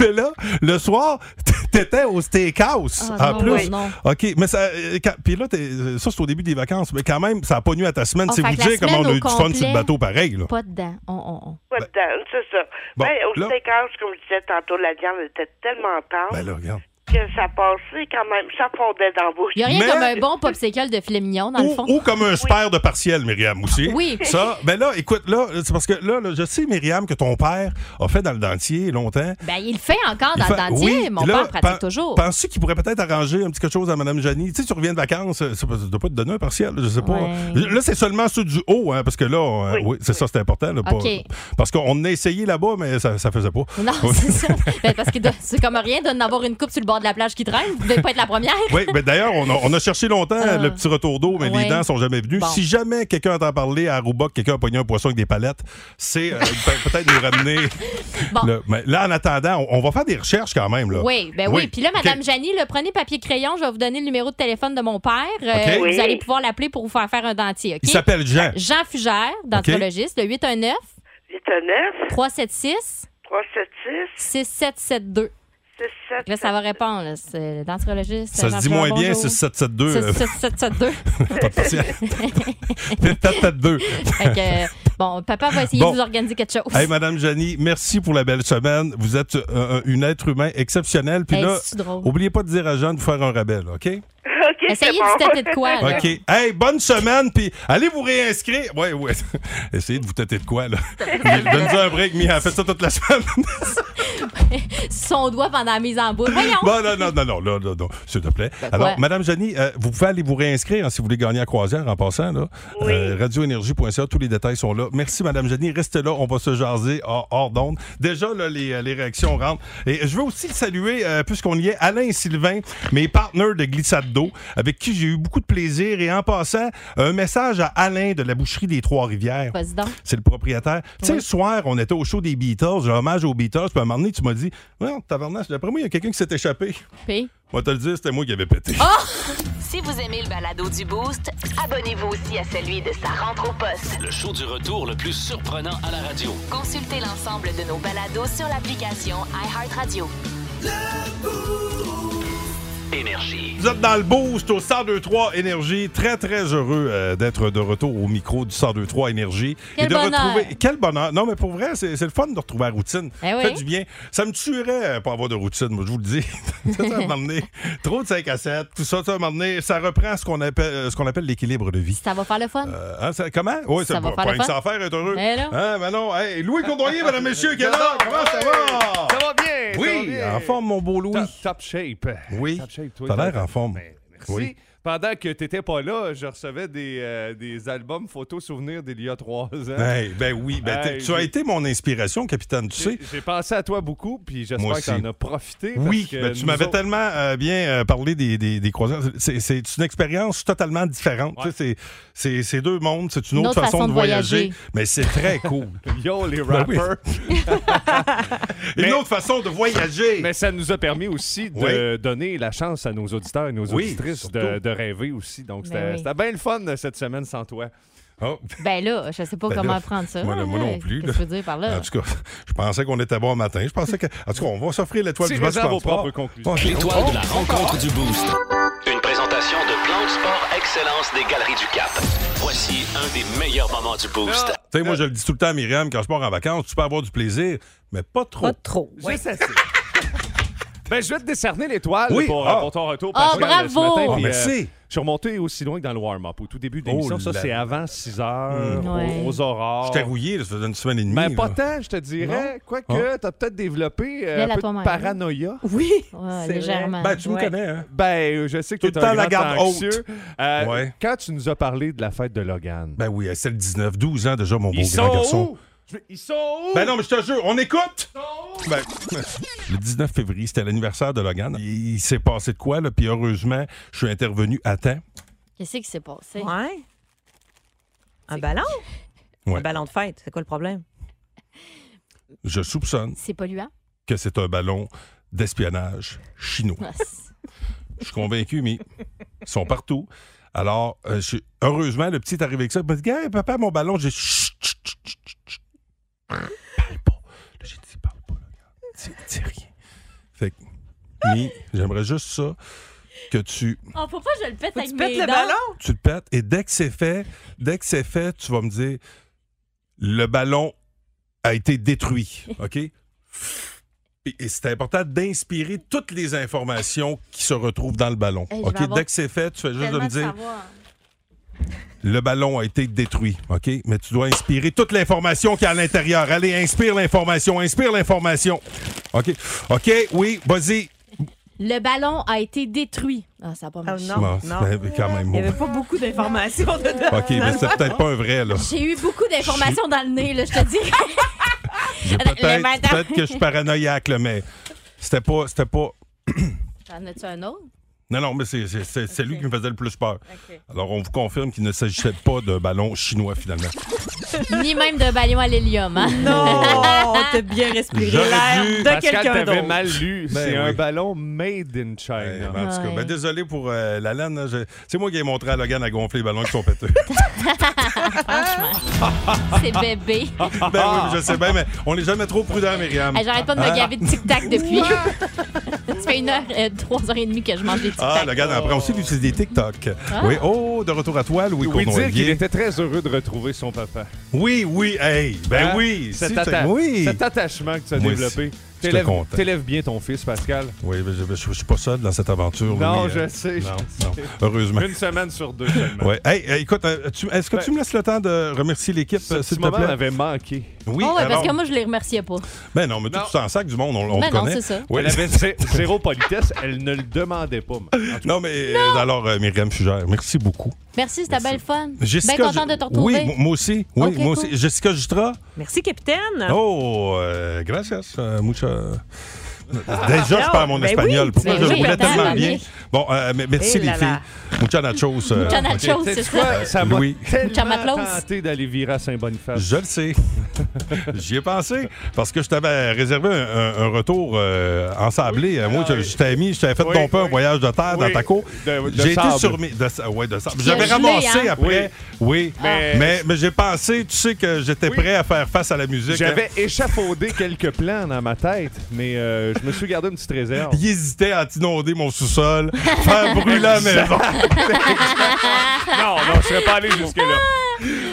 Speaker 3: Mais là, le soir, t'étais au steakhouse.
Speaker 16: Ah
Speaker 3: en
Speaker 16: non,
Speaker 3: plus.
Speaker 16: oui, non.
Speaker 3: OK, mais ça. euh, quand- puis là, t'es- euh, ça, c'est au début des vacances. Mais quand même, ça a pas nu à ta semaine.
Speaker 5: Oh,
Speaker 3: C'est
Speaker 5: fait
Speaker 3: vous
Speaker 5: que la
Speaker 3: dire comment on a
Speaker 5: semaine
Speaker 3: eu
Speaker 5: au
Speaker 3: du fun sur
Speaker 5: complet,
Speaker 3: le bateau pareil, là.
Speaker 5: Pas dedans. On, on, on.
Speaker 9: Pas de dent, c'est ça.
Speaker 3: Ben, Bon,
Speaker 9: ben, au
Speaker 3: là-
Speaker 9: steakhouse, comme je disais tantôt, la viande était tellement tendre
Speaker 3: Ben là, regarde.
Speaker 9: que ça passait quand même, ça fondait dans la bouche.
Speaker 5: Il n'y a rien
Speaker 3: Mais-
Speaker 5: comme un bon popsicle de filet mignon, dans le fond.
Speaker 3: Ou comme un spare de partiel, Myriam, aussi.
Speaker 5: Oui.
Speaker 3: Ça, ben là, écoute, là, c'est parce que là, là, je sais, Myriam, que ton père a fait dans le dentier longtemps.
Speaker 5: Ben, il le fait encore
Speaker 3: Il
Speaker 5: dans
Speaker 3: fait-
Speaker 5: le dentier.
Speaker 3: oui,
Speaker 5: Mon
Speaker 3: là,
Speaker 5: père pratique
Speaker 3: pen-
Speaker 5: toujours.
Speaker 3: Penses-tu qu'il pourrait peut-être arranger un petit quelque chose à Mme Janie? Tu sais, tu reviens de vacances, euh, ça ne doit pas te donner un partiel, je sais pas. Là, c'est seulement ceux du haut, hein, parce que là, on- oui, c'est ça, c'est important. là, pas-
Speaker 5: OK.
Speaker 3: parce qu'on a essayé là-bas, mais ça ne faisait pas.
Speaker 5: Non, c'est ça. Ben, parce que de- c'est comme rien de n'avoir une coupe sur le bord de la plage qui traîne. Vous devez pas être la première.
Speaker 3: Oui, mais d'ailleurs, on a, on a cherché longtemps
Speaker 5: Euh,
Speaker 3: le petit retour d'eau, mais
Speaker 5: ouais.
Speaker 3: les dents sont jamais venues.
Speaker 5: Bon.
Speaker 3: Si jamais quelqu'un entend parler à Aruba que quelqu'un a pogné un poisson avec des palettes, c'est euh, pe- peut-être nous ramener.
Speaker 5: Bon.
Speaker 3: le- mais là, en attendant, on, on va faire des recherches quand même. Là.
Speaker 5: Oui, ben oui. Puis là,
Speaker 3: OK.
Speaker 5: Madame Janie, là, prenez papier crayon, je vais vous donner le numéro de téléphone de mon père. Euh,
Speaker 3: OK.
Speaker 5: Vous
Speaker 3: Oui.
Speaker 5: allez pouvoir l'appeler pour vous faire faire un dentier. OK? Euh,
Speaker 3: Il s'appelle Jean.
Speaker 5: Jean Fugère, dentologiste, le 819. 819. 376. 376. 6772. Là, ça va répondre. là. C'est le dentrologiste.
Speaker 3: Ça se
Speaker 5: Jean
Speaker 3: dit
Speaker 5: Fugère,
Speaker 3: moins bien,
Speaker 5: bonjour.
Speaker 3: 6772, euh.
Speaker 5: 6772.
Speaker 3: Pas de patience. Peut-être deux.
Speaker 5: Fait que, euh, bon, papa va essayer
Speaker 3: Bon.
Speaker 5: de vous organiser quelque chose.
Speaker 3: Hey, Madame Janie, merci pour la belle semaine. Vous êtes euh, une être humain exceptionnel. Puis
Speaker 5: Hey,
Speaker 3: là,
Speaker 5: c'est drôle.
Speaker 3: oubliez pas de dire à Jean de faire un rabais, là, OK?
Speaker 5: Essayez de se tâter de quoi, là.
Speaker 3: OK. Hey, bonne semaine, puis allez vous réinscrire. Ouais, ouais. Essayez de vous tâter de quoi, là? Donne-nous un break, Mia. Faites ça toute la semaine.
Speaker 5: Son doigt pendant la mise en bouche. Voyons. Ben,
Speaker 3: Bon, non, non, non, non, là, là, non, s'il te plaît. Alors,
Speaker 5: quoi?
Speaker 3: Madame Janie, euh, vous pouvez aller vous réinscrire hein, si vous voulez gagner à croisière en passant. Là. Euh, radioénergie.ca, tous les détails sont là. Merci, Madame Janie. Restez là, on va se jaser hors, hors d'onde. Déjà, là, les, euh, les réactions rentrent. Et je veux aussi saluer, euh, puisqu'on y est, Alain et Sylvain, mes partenaires de glissade d'eau, avec qui j'ai eu beaucoup de plaisir. Et en passant, un message à Alain de la boucherie des Trois-Rivières.
Speaker 5: Vas-y donc.
Speaker 3: C'est le propriétaire. Tu sais, le soir, on était au show des Beatles, j'ai hommage aux Beatles, puis à un moment donné, tu m'as dit Ouais, tabarnak, d'après moi, il y a quelqu'un qui s'est échappé.
Speaker 5: Puis-
Speaker 3: Moi, te le dire, c'était moi qui avais pété.
Speaker 1: Si vous aimez le balado du Boost, abonnez-vous aussi à celui de sa rentre au poste.
Speaker 2: Le show du retour le plus surprenant à la radio.
Speaker 1: Consultez l'ensemble de nos balados sur l'application iHeartRadio.
Speaker 2: Énergie.
Speaker 3: Vous êtes dans le boost au 1023 Énergie. Très, très heureux euh, d'être de retour au micro du 1023 Énergie.
Speaker 5: Quel
Speaker 3: de
Speaker 5: bonheur.
Speaker 3: retrouver. Quel bonheur. Non, mais pour vrai, c'est c'est le fun de retrouver la routine.
Speaker 5: Eh oui.
Speaker 3: Fait du bien. Ça me tuerait euh, pas avoir de routine, moi, je vous le dis. ça, ça, à un moment donné, Trop de 5 à 7, tout ça, ça, à un moment donné, ça reprend ce qu'on appelle, euh, ce qu'on appelle l'équilibre de vie.
Speaker 5: Ça va faire le fun.
Speaker 3: Euh, hein, ça- comment? Oui,
Speaker 5: Ça
Speaker 3: ça
Speaker 5: va
Speaker 3: pas,
Speaker 5: faire
Speaker 3: pas
Speaker 5: le
Speaker 3: que
Speaker 5: fun.
Speaker 3: ça à faire, être heureux.
Speaker 5: Mais non.
Speaker 3: Hein, ben non. Hey, Louis Condroyer, madame, monsieur, quel heure? Comment ça va?
Speaker 17: Ça va bien! ça va
Speaker 3: Oui,
Speaker 17: bien.
Speaker 3: en forme, mon beau Louis.
Speaker 17: Top, top shape.
Speaker 3: Oui.
Speaker 17: Top shape, toi,
Speaker 3: T'as l'air
Speaker 17: toi.
Speaker 3: en forme.
Speaker 17: Ben, merci.
Speaker 3: Oui.
Speaker 17: Pendant que t'étais pas là, je recevais des, euh, des albums photos souvenirs d'il y a trois ans.
Speaker 3: Hey, ben oui, ben t'es-
Speaker 17: Hey,
Speaker 3: tu as
Speaker 17: j'ai-
Speaker 3: été mon inspiration, capitaine, tu sais.
Speaker 17: j'ai- J'ai pensé à toi beaucoup, puis j'espère
Speaker 3: Moi
Speaker 17: que
Speaker 3: aussi.
Speaker 17: t'en as profité. parce
Speaker 3: Oui,
Speaker 17: que
Speaker 3: ben, tu
Speaker 17: nous
Speaker 3: m'avais
Speaker 17: autres-
Speaker 3: tellement euh, bien euh, parlé des, des, des croisières. C'est, c'est une expérience totalement différente. Tu sais, C'est, c'est, c'est deux mondes, c'est une, autre, façon, de voyager, mais c'est très cool.
Speaker 17: Yo, les
Speaker 3: Ben oui.
Speaker 17: rappers!
Speaker 3: Une autre façon de voyager!
Speaker 17: Mais ça nous a permis aussi de
Speaker 3: Oui.
Speaker 17: donner la chance à nos auditeurs et nos
Speaker 3: Oui,
Speaker 17: auditrices de,
Speaker 3: surtout.
Speaker 17: de rêver aussi. Donc,
Speaker 5: Ben
Speaker 17: c'était
Speaker 5: oui.
Speaker 17: c'était bien le fun euh, cette semaine sans toi.
Speaker 3: Oh,
Speaker 5: Ben là, je sais pas
Speaker 3: Ben
Speaker 5: comment
Speaker 3: là,
Speaker 5: prendre ça.
Speaker 3: Moi, là, moi
Speaker 5: là.
Speaker 3: non plus.
Speaker 5: Qu'est-ce
Speaker 3: là.
Speaker 5: que tu veux dire par là?
Speaker 3: En tout cas, je pensais qu'on était bon au matin. Je pensais que. En tout cas, on va s'offrir l'étoile
Speaker 17: C'est
Speaker 3: du match.
Speaker 17: réserve
Speaker 3: ce
Speaker 17: aux
Speaker 3: soir.
Speaker 17: propres conclusions.
Speaker 3: Ok.
Speaker 2: L'étoile de la rencontre du Boost. Une présentation de Plan de Sport Excellence des Galeries du Cap. Voici un des meilleurs moments du Boost.
Speaker 3: Tu sais, moi, je le dis tout le temps à Myriam, quand je pars en vacances, tu peux avoir du plaisir, mais pas trop. Pas
Speaker 5: trop.
Speaker 17: Juste assez. ben, je vais te décerner l'étoile
Speaker 3: Oui,
Speaker 17: pour,
Speaker 3: ah.
Speaker 17: euh, pour ton retour.
Speaker 5: Ah,
Speaker 17: Pascal, euh,
Speaker 5: bravo.
Speaker 17: ce matin,
Speaker 3: Ah,
Speaker 17: puis, euh,
Speaker 3: merci.
Speaker 17: je suis remonté aussi loin que dans le warm-up. Au tout début de
Speaker 3: Oh
Speaker 17: l'émission, ça,
Speaker 3: là
Speaker 17: c'est
Speaker 3: là.
Speaker 17: avant 6 heures,
Speaker 5: Mm.
Speaker 3: Hmm.
Speaker 17: aux-
Speaker 3: Ouais.
Speaker 17: aux aurores.
Speaker 3: J'étais rouillé, là, ça faisait une semaine et demie.
Speaker 17: Ben, pas
Speaker 3: là.
Speaker 17: tant, je te dirais.
Speaker 3: Non? Ah.
Speaker 17: Quoique, t'as peut-être développé euh,
Speaker 5: Lèle à
Speaker 17: un peu de
Speaker 5: toi-même.
Speaker 17: paranoïa.
Speaker 5: Oui. légèrement. Ouais.
Speaker 3: hein?
Speaker 17: Ben, je sais que
Speaker 3: Tout
Speaker 17: tu
Speaker 3: le
Speaker 17: es
Speaker 3: temps
Speaker 17: un
Speaker 3: la
Speaker 17: grand
Speaker 3: garde
Speaker 17: anxieux.
Speaker 3: haute.
Speaker 17: Euh,
Speaker 3: Ouais.
Speaker 17: Quand tu nous as parlé de la fête de Logan,
Speaker 3: Ben oui, c'est le 19, 12 ans déjà, mon beau
Speaker 17: ils
Speaker 3: grand
Speaker 17: sont
Speaker 3: garçon.
Speaker 17: où? Oh, Je- Ils sont où?
Speaker 3: Ben non, mais je te jure, on écoute! Ben, le 19 février, c'était l'anniversaire de Logan. Il, il s'est passé de quoi, là? Puis heureusement, je suis intervenu à temps.
Speaker 5: Qu'est-ce qui s'est passé?
Speaker 18: Ouais. Un ballon?
Speaker 3: Ouais.
Speaker 18: Un ballon de fête, c'est quoi le problème?
Speaker 3: Je soupçonne
Speaker 5: C'est polluant.
Speaker 3: que c'est un ballon d'espionnage chinois.
Speaker 5: Ah,
Speaker 3: Je suis convaincu, mais ils sont partout. Alors, euh, je- heureusement, le petit est arrivé avec ça. Il m'a dit Hey, papa, mon ballon, j'ai. Chut, chut, chut, chut, chut, chut. Parle pas. Là, j'ai dit Parle pas, là, regarde. Dis, dis rien. Fait que, Mi, j'aimerais juste ça, que tu,
Speaker 5: Oh, pourquoi je le pète
Speaker 18: Faut que
Speaker 5: avec
Speaker 18: tu
Speaker 5: mes
Speaker 18: pètes le
Speaker 5: dents?
Speaker 18: ballon?
Speaker 3: tu le pètes. Et dès que c'est fait, dès que c'est fait, tu vas me dire Le ballon a été détruit. OK? Et, et c'est important d'inspirer toutes les informations qui se retrouvent dans le ballon.
Speaker 5: Hey, je vais
Speaker 3: OK?
Speaker 5: avoir
Speaker 3: Dès que c'est fait, tu fais juste de
Speaker 5: Tellement
Speaker 3: me
Speaker 5: de
Speaker 3: dire
Speaker 5: savoir.
Speaker 3: le ballon a été détruit, OK? Mais tu dois inspirer toute l'information qui est à l'intérieur. Allez, inspire l'information, inspire l'information. OK? OK, oui, vas-y.
Speaker 5: Le ballon a été détruit. Ah, ça n'a pas marché.
Speaker 18: non,
Speaker 3: Bon, c'est- ben, quand même,
Speaker 18: Il n'y avait pas beaucoup d'informations dedans.
Speaker 3: OK, mais c'est peut-être pas un vrai, là.
Speaker 5: J'ai eu beaucoup d'informations dans le nez, là, je te dis.
Speaker 3: J'ai
Speaker 5: Le
Speaker 3: Peut-être
Speaker 5: matin.
Speaker 3: peut-être que je suis paranoïaque, là, mais c'était pas, c'était pas,
Speaker 5: T'en as-tu un autre?
Speaker 3: Non, non, mais c'est c'est- c'est- c'est lui qui me faisait le plus peur. Alors, on vous confirme qu'il ne s'agissait pas d'un ballon chinois, finalement.
Speaker 5: Ni même d'un ballon à l'hélium. Hein?
Speaker 18: Non, t'as bien respiré l'air de quelqu'un d'autre.
Speaker 17: mal lu.
Speaker 3: Ben
Speaker 17: C'est un
Speaker 3: oui.
Speaker 17: ballon made in China.
Speaker 3: Ben, en tout cas,
Speaker 17: Ouais.
Speaker 3: ben, désolé pour euh, la laine. hein, je- C'est moi qui ai montré à Logan à gonfler les ballons qui sont pétés.
Speaker 5: C'est bébé.
Speaker 3: ben oui, mais je sais bien, mais on n'est jamais trop prudent, Myriam.
Speaker 5: Hey, J'arrête pas de me
Speaker 3: Hein?
Speaker 5: gaver de tic-tac depuis. Ça fait une heure, euh, trois heures et demie que je mange des tic-tac.
Speaker 3: Ah, Logan, après aussi, il utilise des TikTok.
Speaker 5: Ah.
Speaker 3: Oui, oh, de retour à toi, Louis
Speaker 17: Oui, dire qu'il
Speaker 3: Cournoyer.
Speaker 17: était très heureux de retrouver son papa.
Speaker 3: Oui, oui, hey, ben
Speaker 17: Hein?
Speaker 3: oui.
Speaker 17: Cet,
Speaker 3: si,
Speaker 17: atta-
Speaker 3: t'as- oui.
Speaker 17: cet attachement que tu as
Speaker 3: Moi
Speaker 17: développé.
Speaker 3: aussi. J'étais
Speaker 17: T'élèves
Speaker 3: content.
Speaker 17: t'élèves bien ton fils, Pascal.
Speaker 3: Oui, mais je, je- je suis pas seul dans cette aventure.
Speaker 17: Non,
Speaker 3: Louis,
Speaker 17: je
Speaker 3: euh,
Speaker 17: sais. je
Speaker 3: non,
Speaker 17: sais.
Speaker 3: non, heureusement.
Speaker 17: Une semaine sur deux seulement.
Speaker 3: Ouais. Hey, euh, écoute, euh, tu- est-ce que tu me laisses le temps de remercier l'équipe,
Speaker 17: Ben, Ce
Speaker 3: euh,
Speaker 17: petit
Speaker 3: s'il te
Speaker 17: moment
Speaker 3: plaît?
Speaker 17: avait manqué.
Speaker 3: Oui,
Speaker 5: oh, ouais,
Speaker 3: alors-
Speaker 5: parce que moi, je les remerciais pas.
Speaker 3: Ben non, mais tout
Speaker 17: Non.
Speaker 3: ça en sac du monde, on, on
Speaker 5: Ben
Speaker 3: le
Speaker 5: non,
Speaker 3: connaît.
Speaker 5: c'est ça.
Speaker 3: Oui.
Speaker 17: Elle avait zé- zéro politesse, elle ne le demandait pas. moi. En tout
Speaker 3: Non, mais euh, alors, euh, Myriam Fugère, merci beaucoup.
Speaker 5: Merci, c'était belle fun.
Speaker 3: Jessica
Speaker 5: Bien contente
Speaker 3: Ju-
Speaker 5: Ben, de te retrouver.
Speaker 3: Oui, moi- moi aussi. Oui,
Speaker 5: Ok,
Speaker 3: moi
Speaker 5: cool.
Speaker 3: aussi. Jessica Justra.
Speaker 18: Merci, capitaine.
Speaker 3: Oh, euh, gracias, euh, mucha. Déjà, je
Speaker 18: Non,
Speaker 3: parle mon
Speaker 18: ben
Speaker 3: espagnol.
Speaker 18: oui,
Speaker 3: Pourquoi
Speaker 18: ben
Speaker 3: je le
Speaker 18: oui,
Speaker 3: voulais
Speaker 18: ben
Speaker 3: tellement
Speaker 18: oui.
Speaker 3: bien? Bon, euh, mais merci
Speaker 18: Eh
Speaker 3: les
Speaker 18: là
Speaker 3: filles.
Speaker 18: là.
Speaker 3: Mucha nachos. euh,
Speaker 5: Mucha nachos,
Speaker 17: Sais-tu
Speaker 5: c'est
Speaker 17: quoi?
Speaker 5: ça.
Speaker 17: Ça m'a
Speaker 3: Louis.
Speaker 17: tellement
Speaker 5: Chamatlos.
Speaker 17: tenté d'aller virer à Saint-Boniface.
Speaker 3: Je le sais. J'y ai pensé parce que je t'avais réservé un, un- un retour euh, ensablé. Euh, Moi, je, je t'avais mis, je t'avais fait
Speaker 17: Oui,
Speaker 3: domper un voyage de terre
Speaker 17: Oui,
Speaker 3: dans ta cour.
Speaker 17: de- de
Speaker 3: J'ai été
Speaker 17: sable.
Speaker 3: sur mes. De, sa- Ah ouais, de sable.
Speaker 17: Qui a
Speaker 3: J'avais
Speaker 17: gelé,
Speaker 3: ramassé
Speaker 17: hein?
Speaker 3: après. Oui.
Speaker 17: Mais-
Speaker 3: Mais, mais j'ai pensé, tu sais, que j'étais prêt à faire face à la musique.
Speaker 17: J'avais
Speaker 3: hein.
Speaker 17: échafaudé quelques plans dans ma tête, mais euh, je me suis gardé une petite réserve.
Speaker 3: Il hésitait à inonder mon sous-sol, faire brûler la maison.
Speaker 17: non, non, je serais pas allé jusque-là.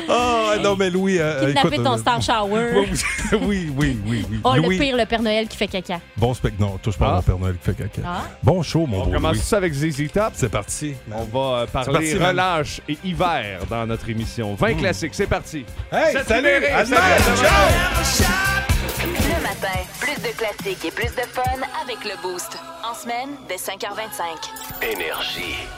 Speaker 3: Ah, non, mais Louis. euh,
Speaker 5: Kidnapper
Speaker 3: écoute,
Speaker 5: ton
Speaker 3: euh,
Speaker 5: star shower.
Speaker 3: oui, oui, oui, oui. oui.
Speaker 5: Oh,
Speaker 3: Louis,
Speaker 5: le pire, le Père Noël qui fait caca.
Speaker 3: bon spectacle. Non, touche pas à mon Père Noël qui fait caca.
Speaker 5: Ah.
Speaker 3: Bon show, mon
Speaker 17: On
Speaker 3: beau
Speaker 17: commence
Speaker 3: Louis.
Speaker 17: ça avec ZZ Top.
Speaker 3: C'est parti.
Speaker 17: On va euh, parler
Speaker 3: parti, man. Mm.
Speaker 17: relâche et hiver dans notre émission. 20 classiques, c'est parti.
Speaker 3: Hey,
Speaker 17: Cette
Speaker 3: salut,
Speaker 17: libérée,
Speaker 3: Anne-Marie,
Speaker 17: salut,
Speaker 3: ciao.
Speaker 1: Le matin, plus de classiques et plus de fun avec le Boost. En semaine, dès 5h25.
Speaker 13: Énergie.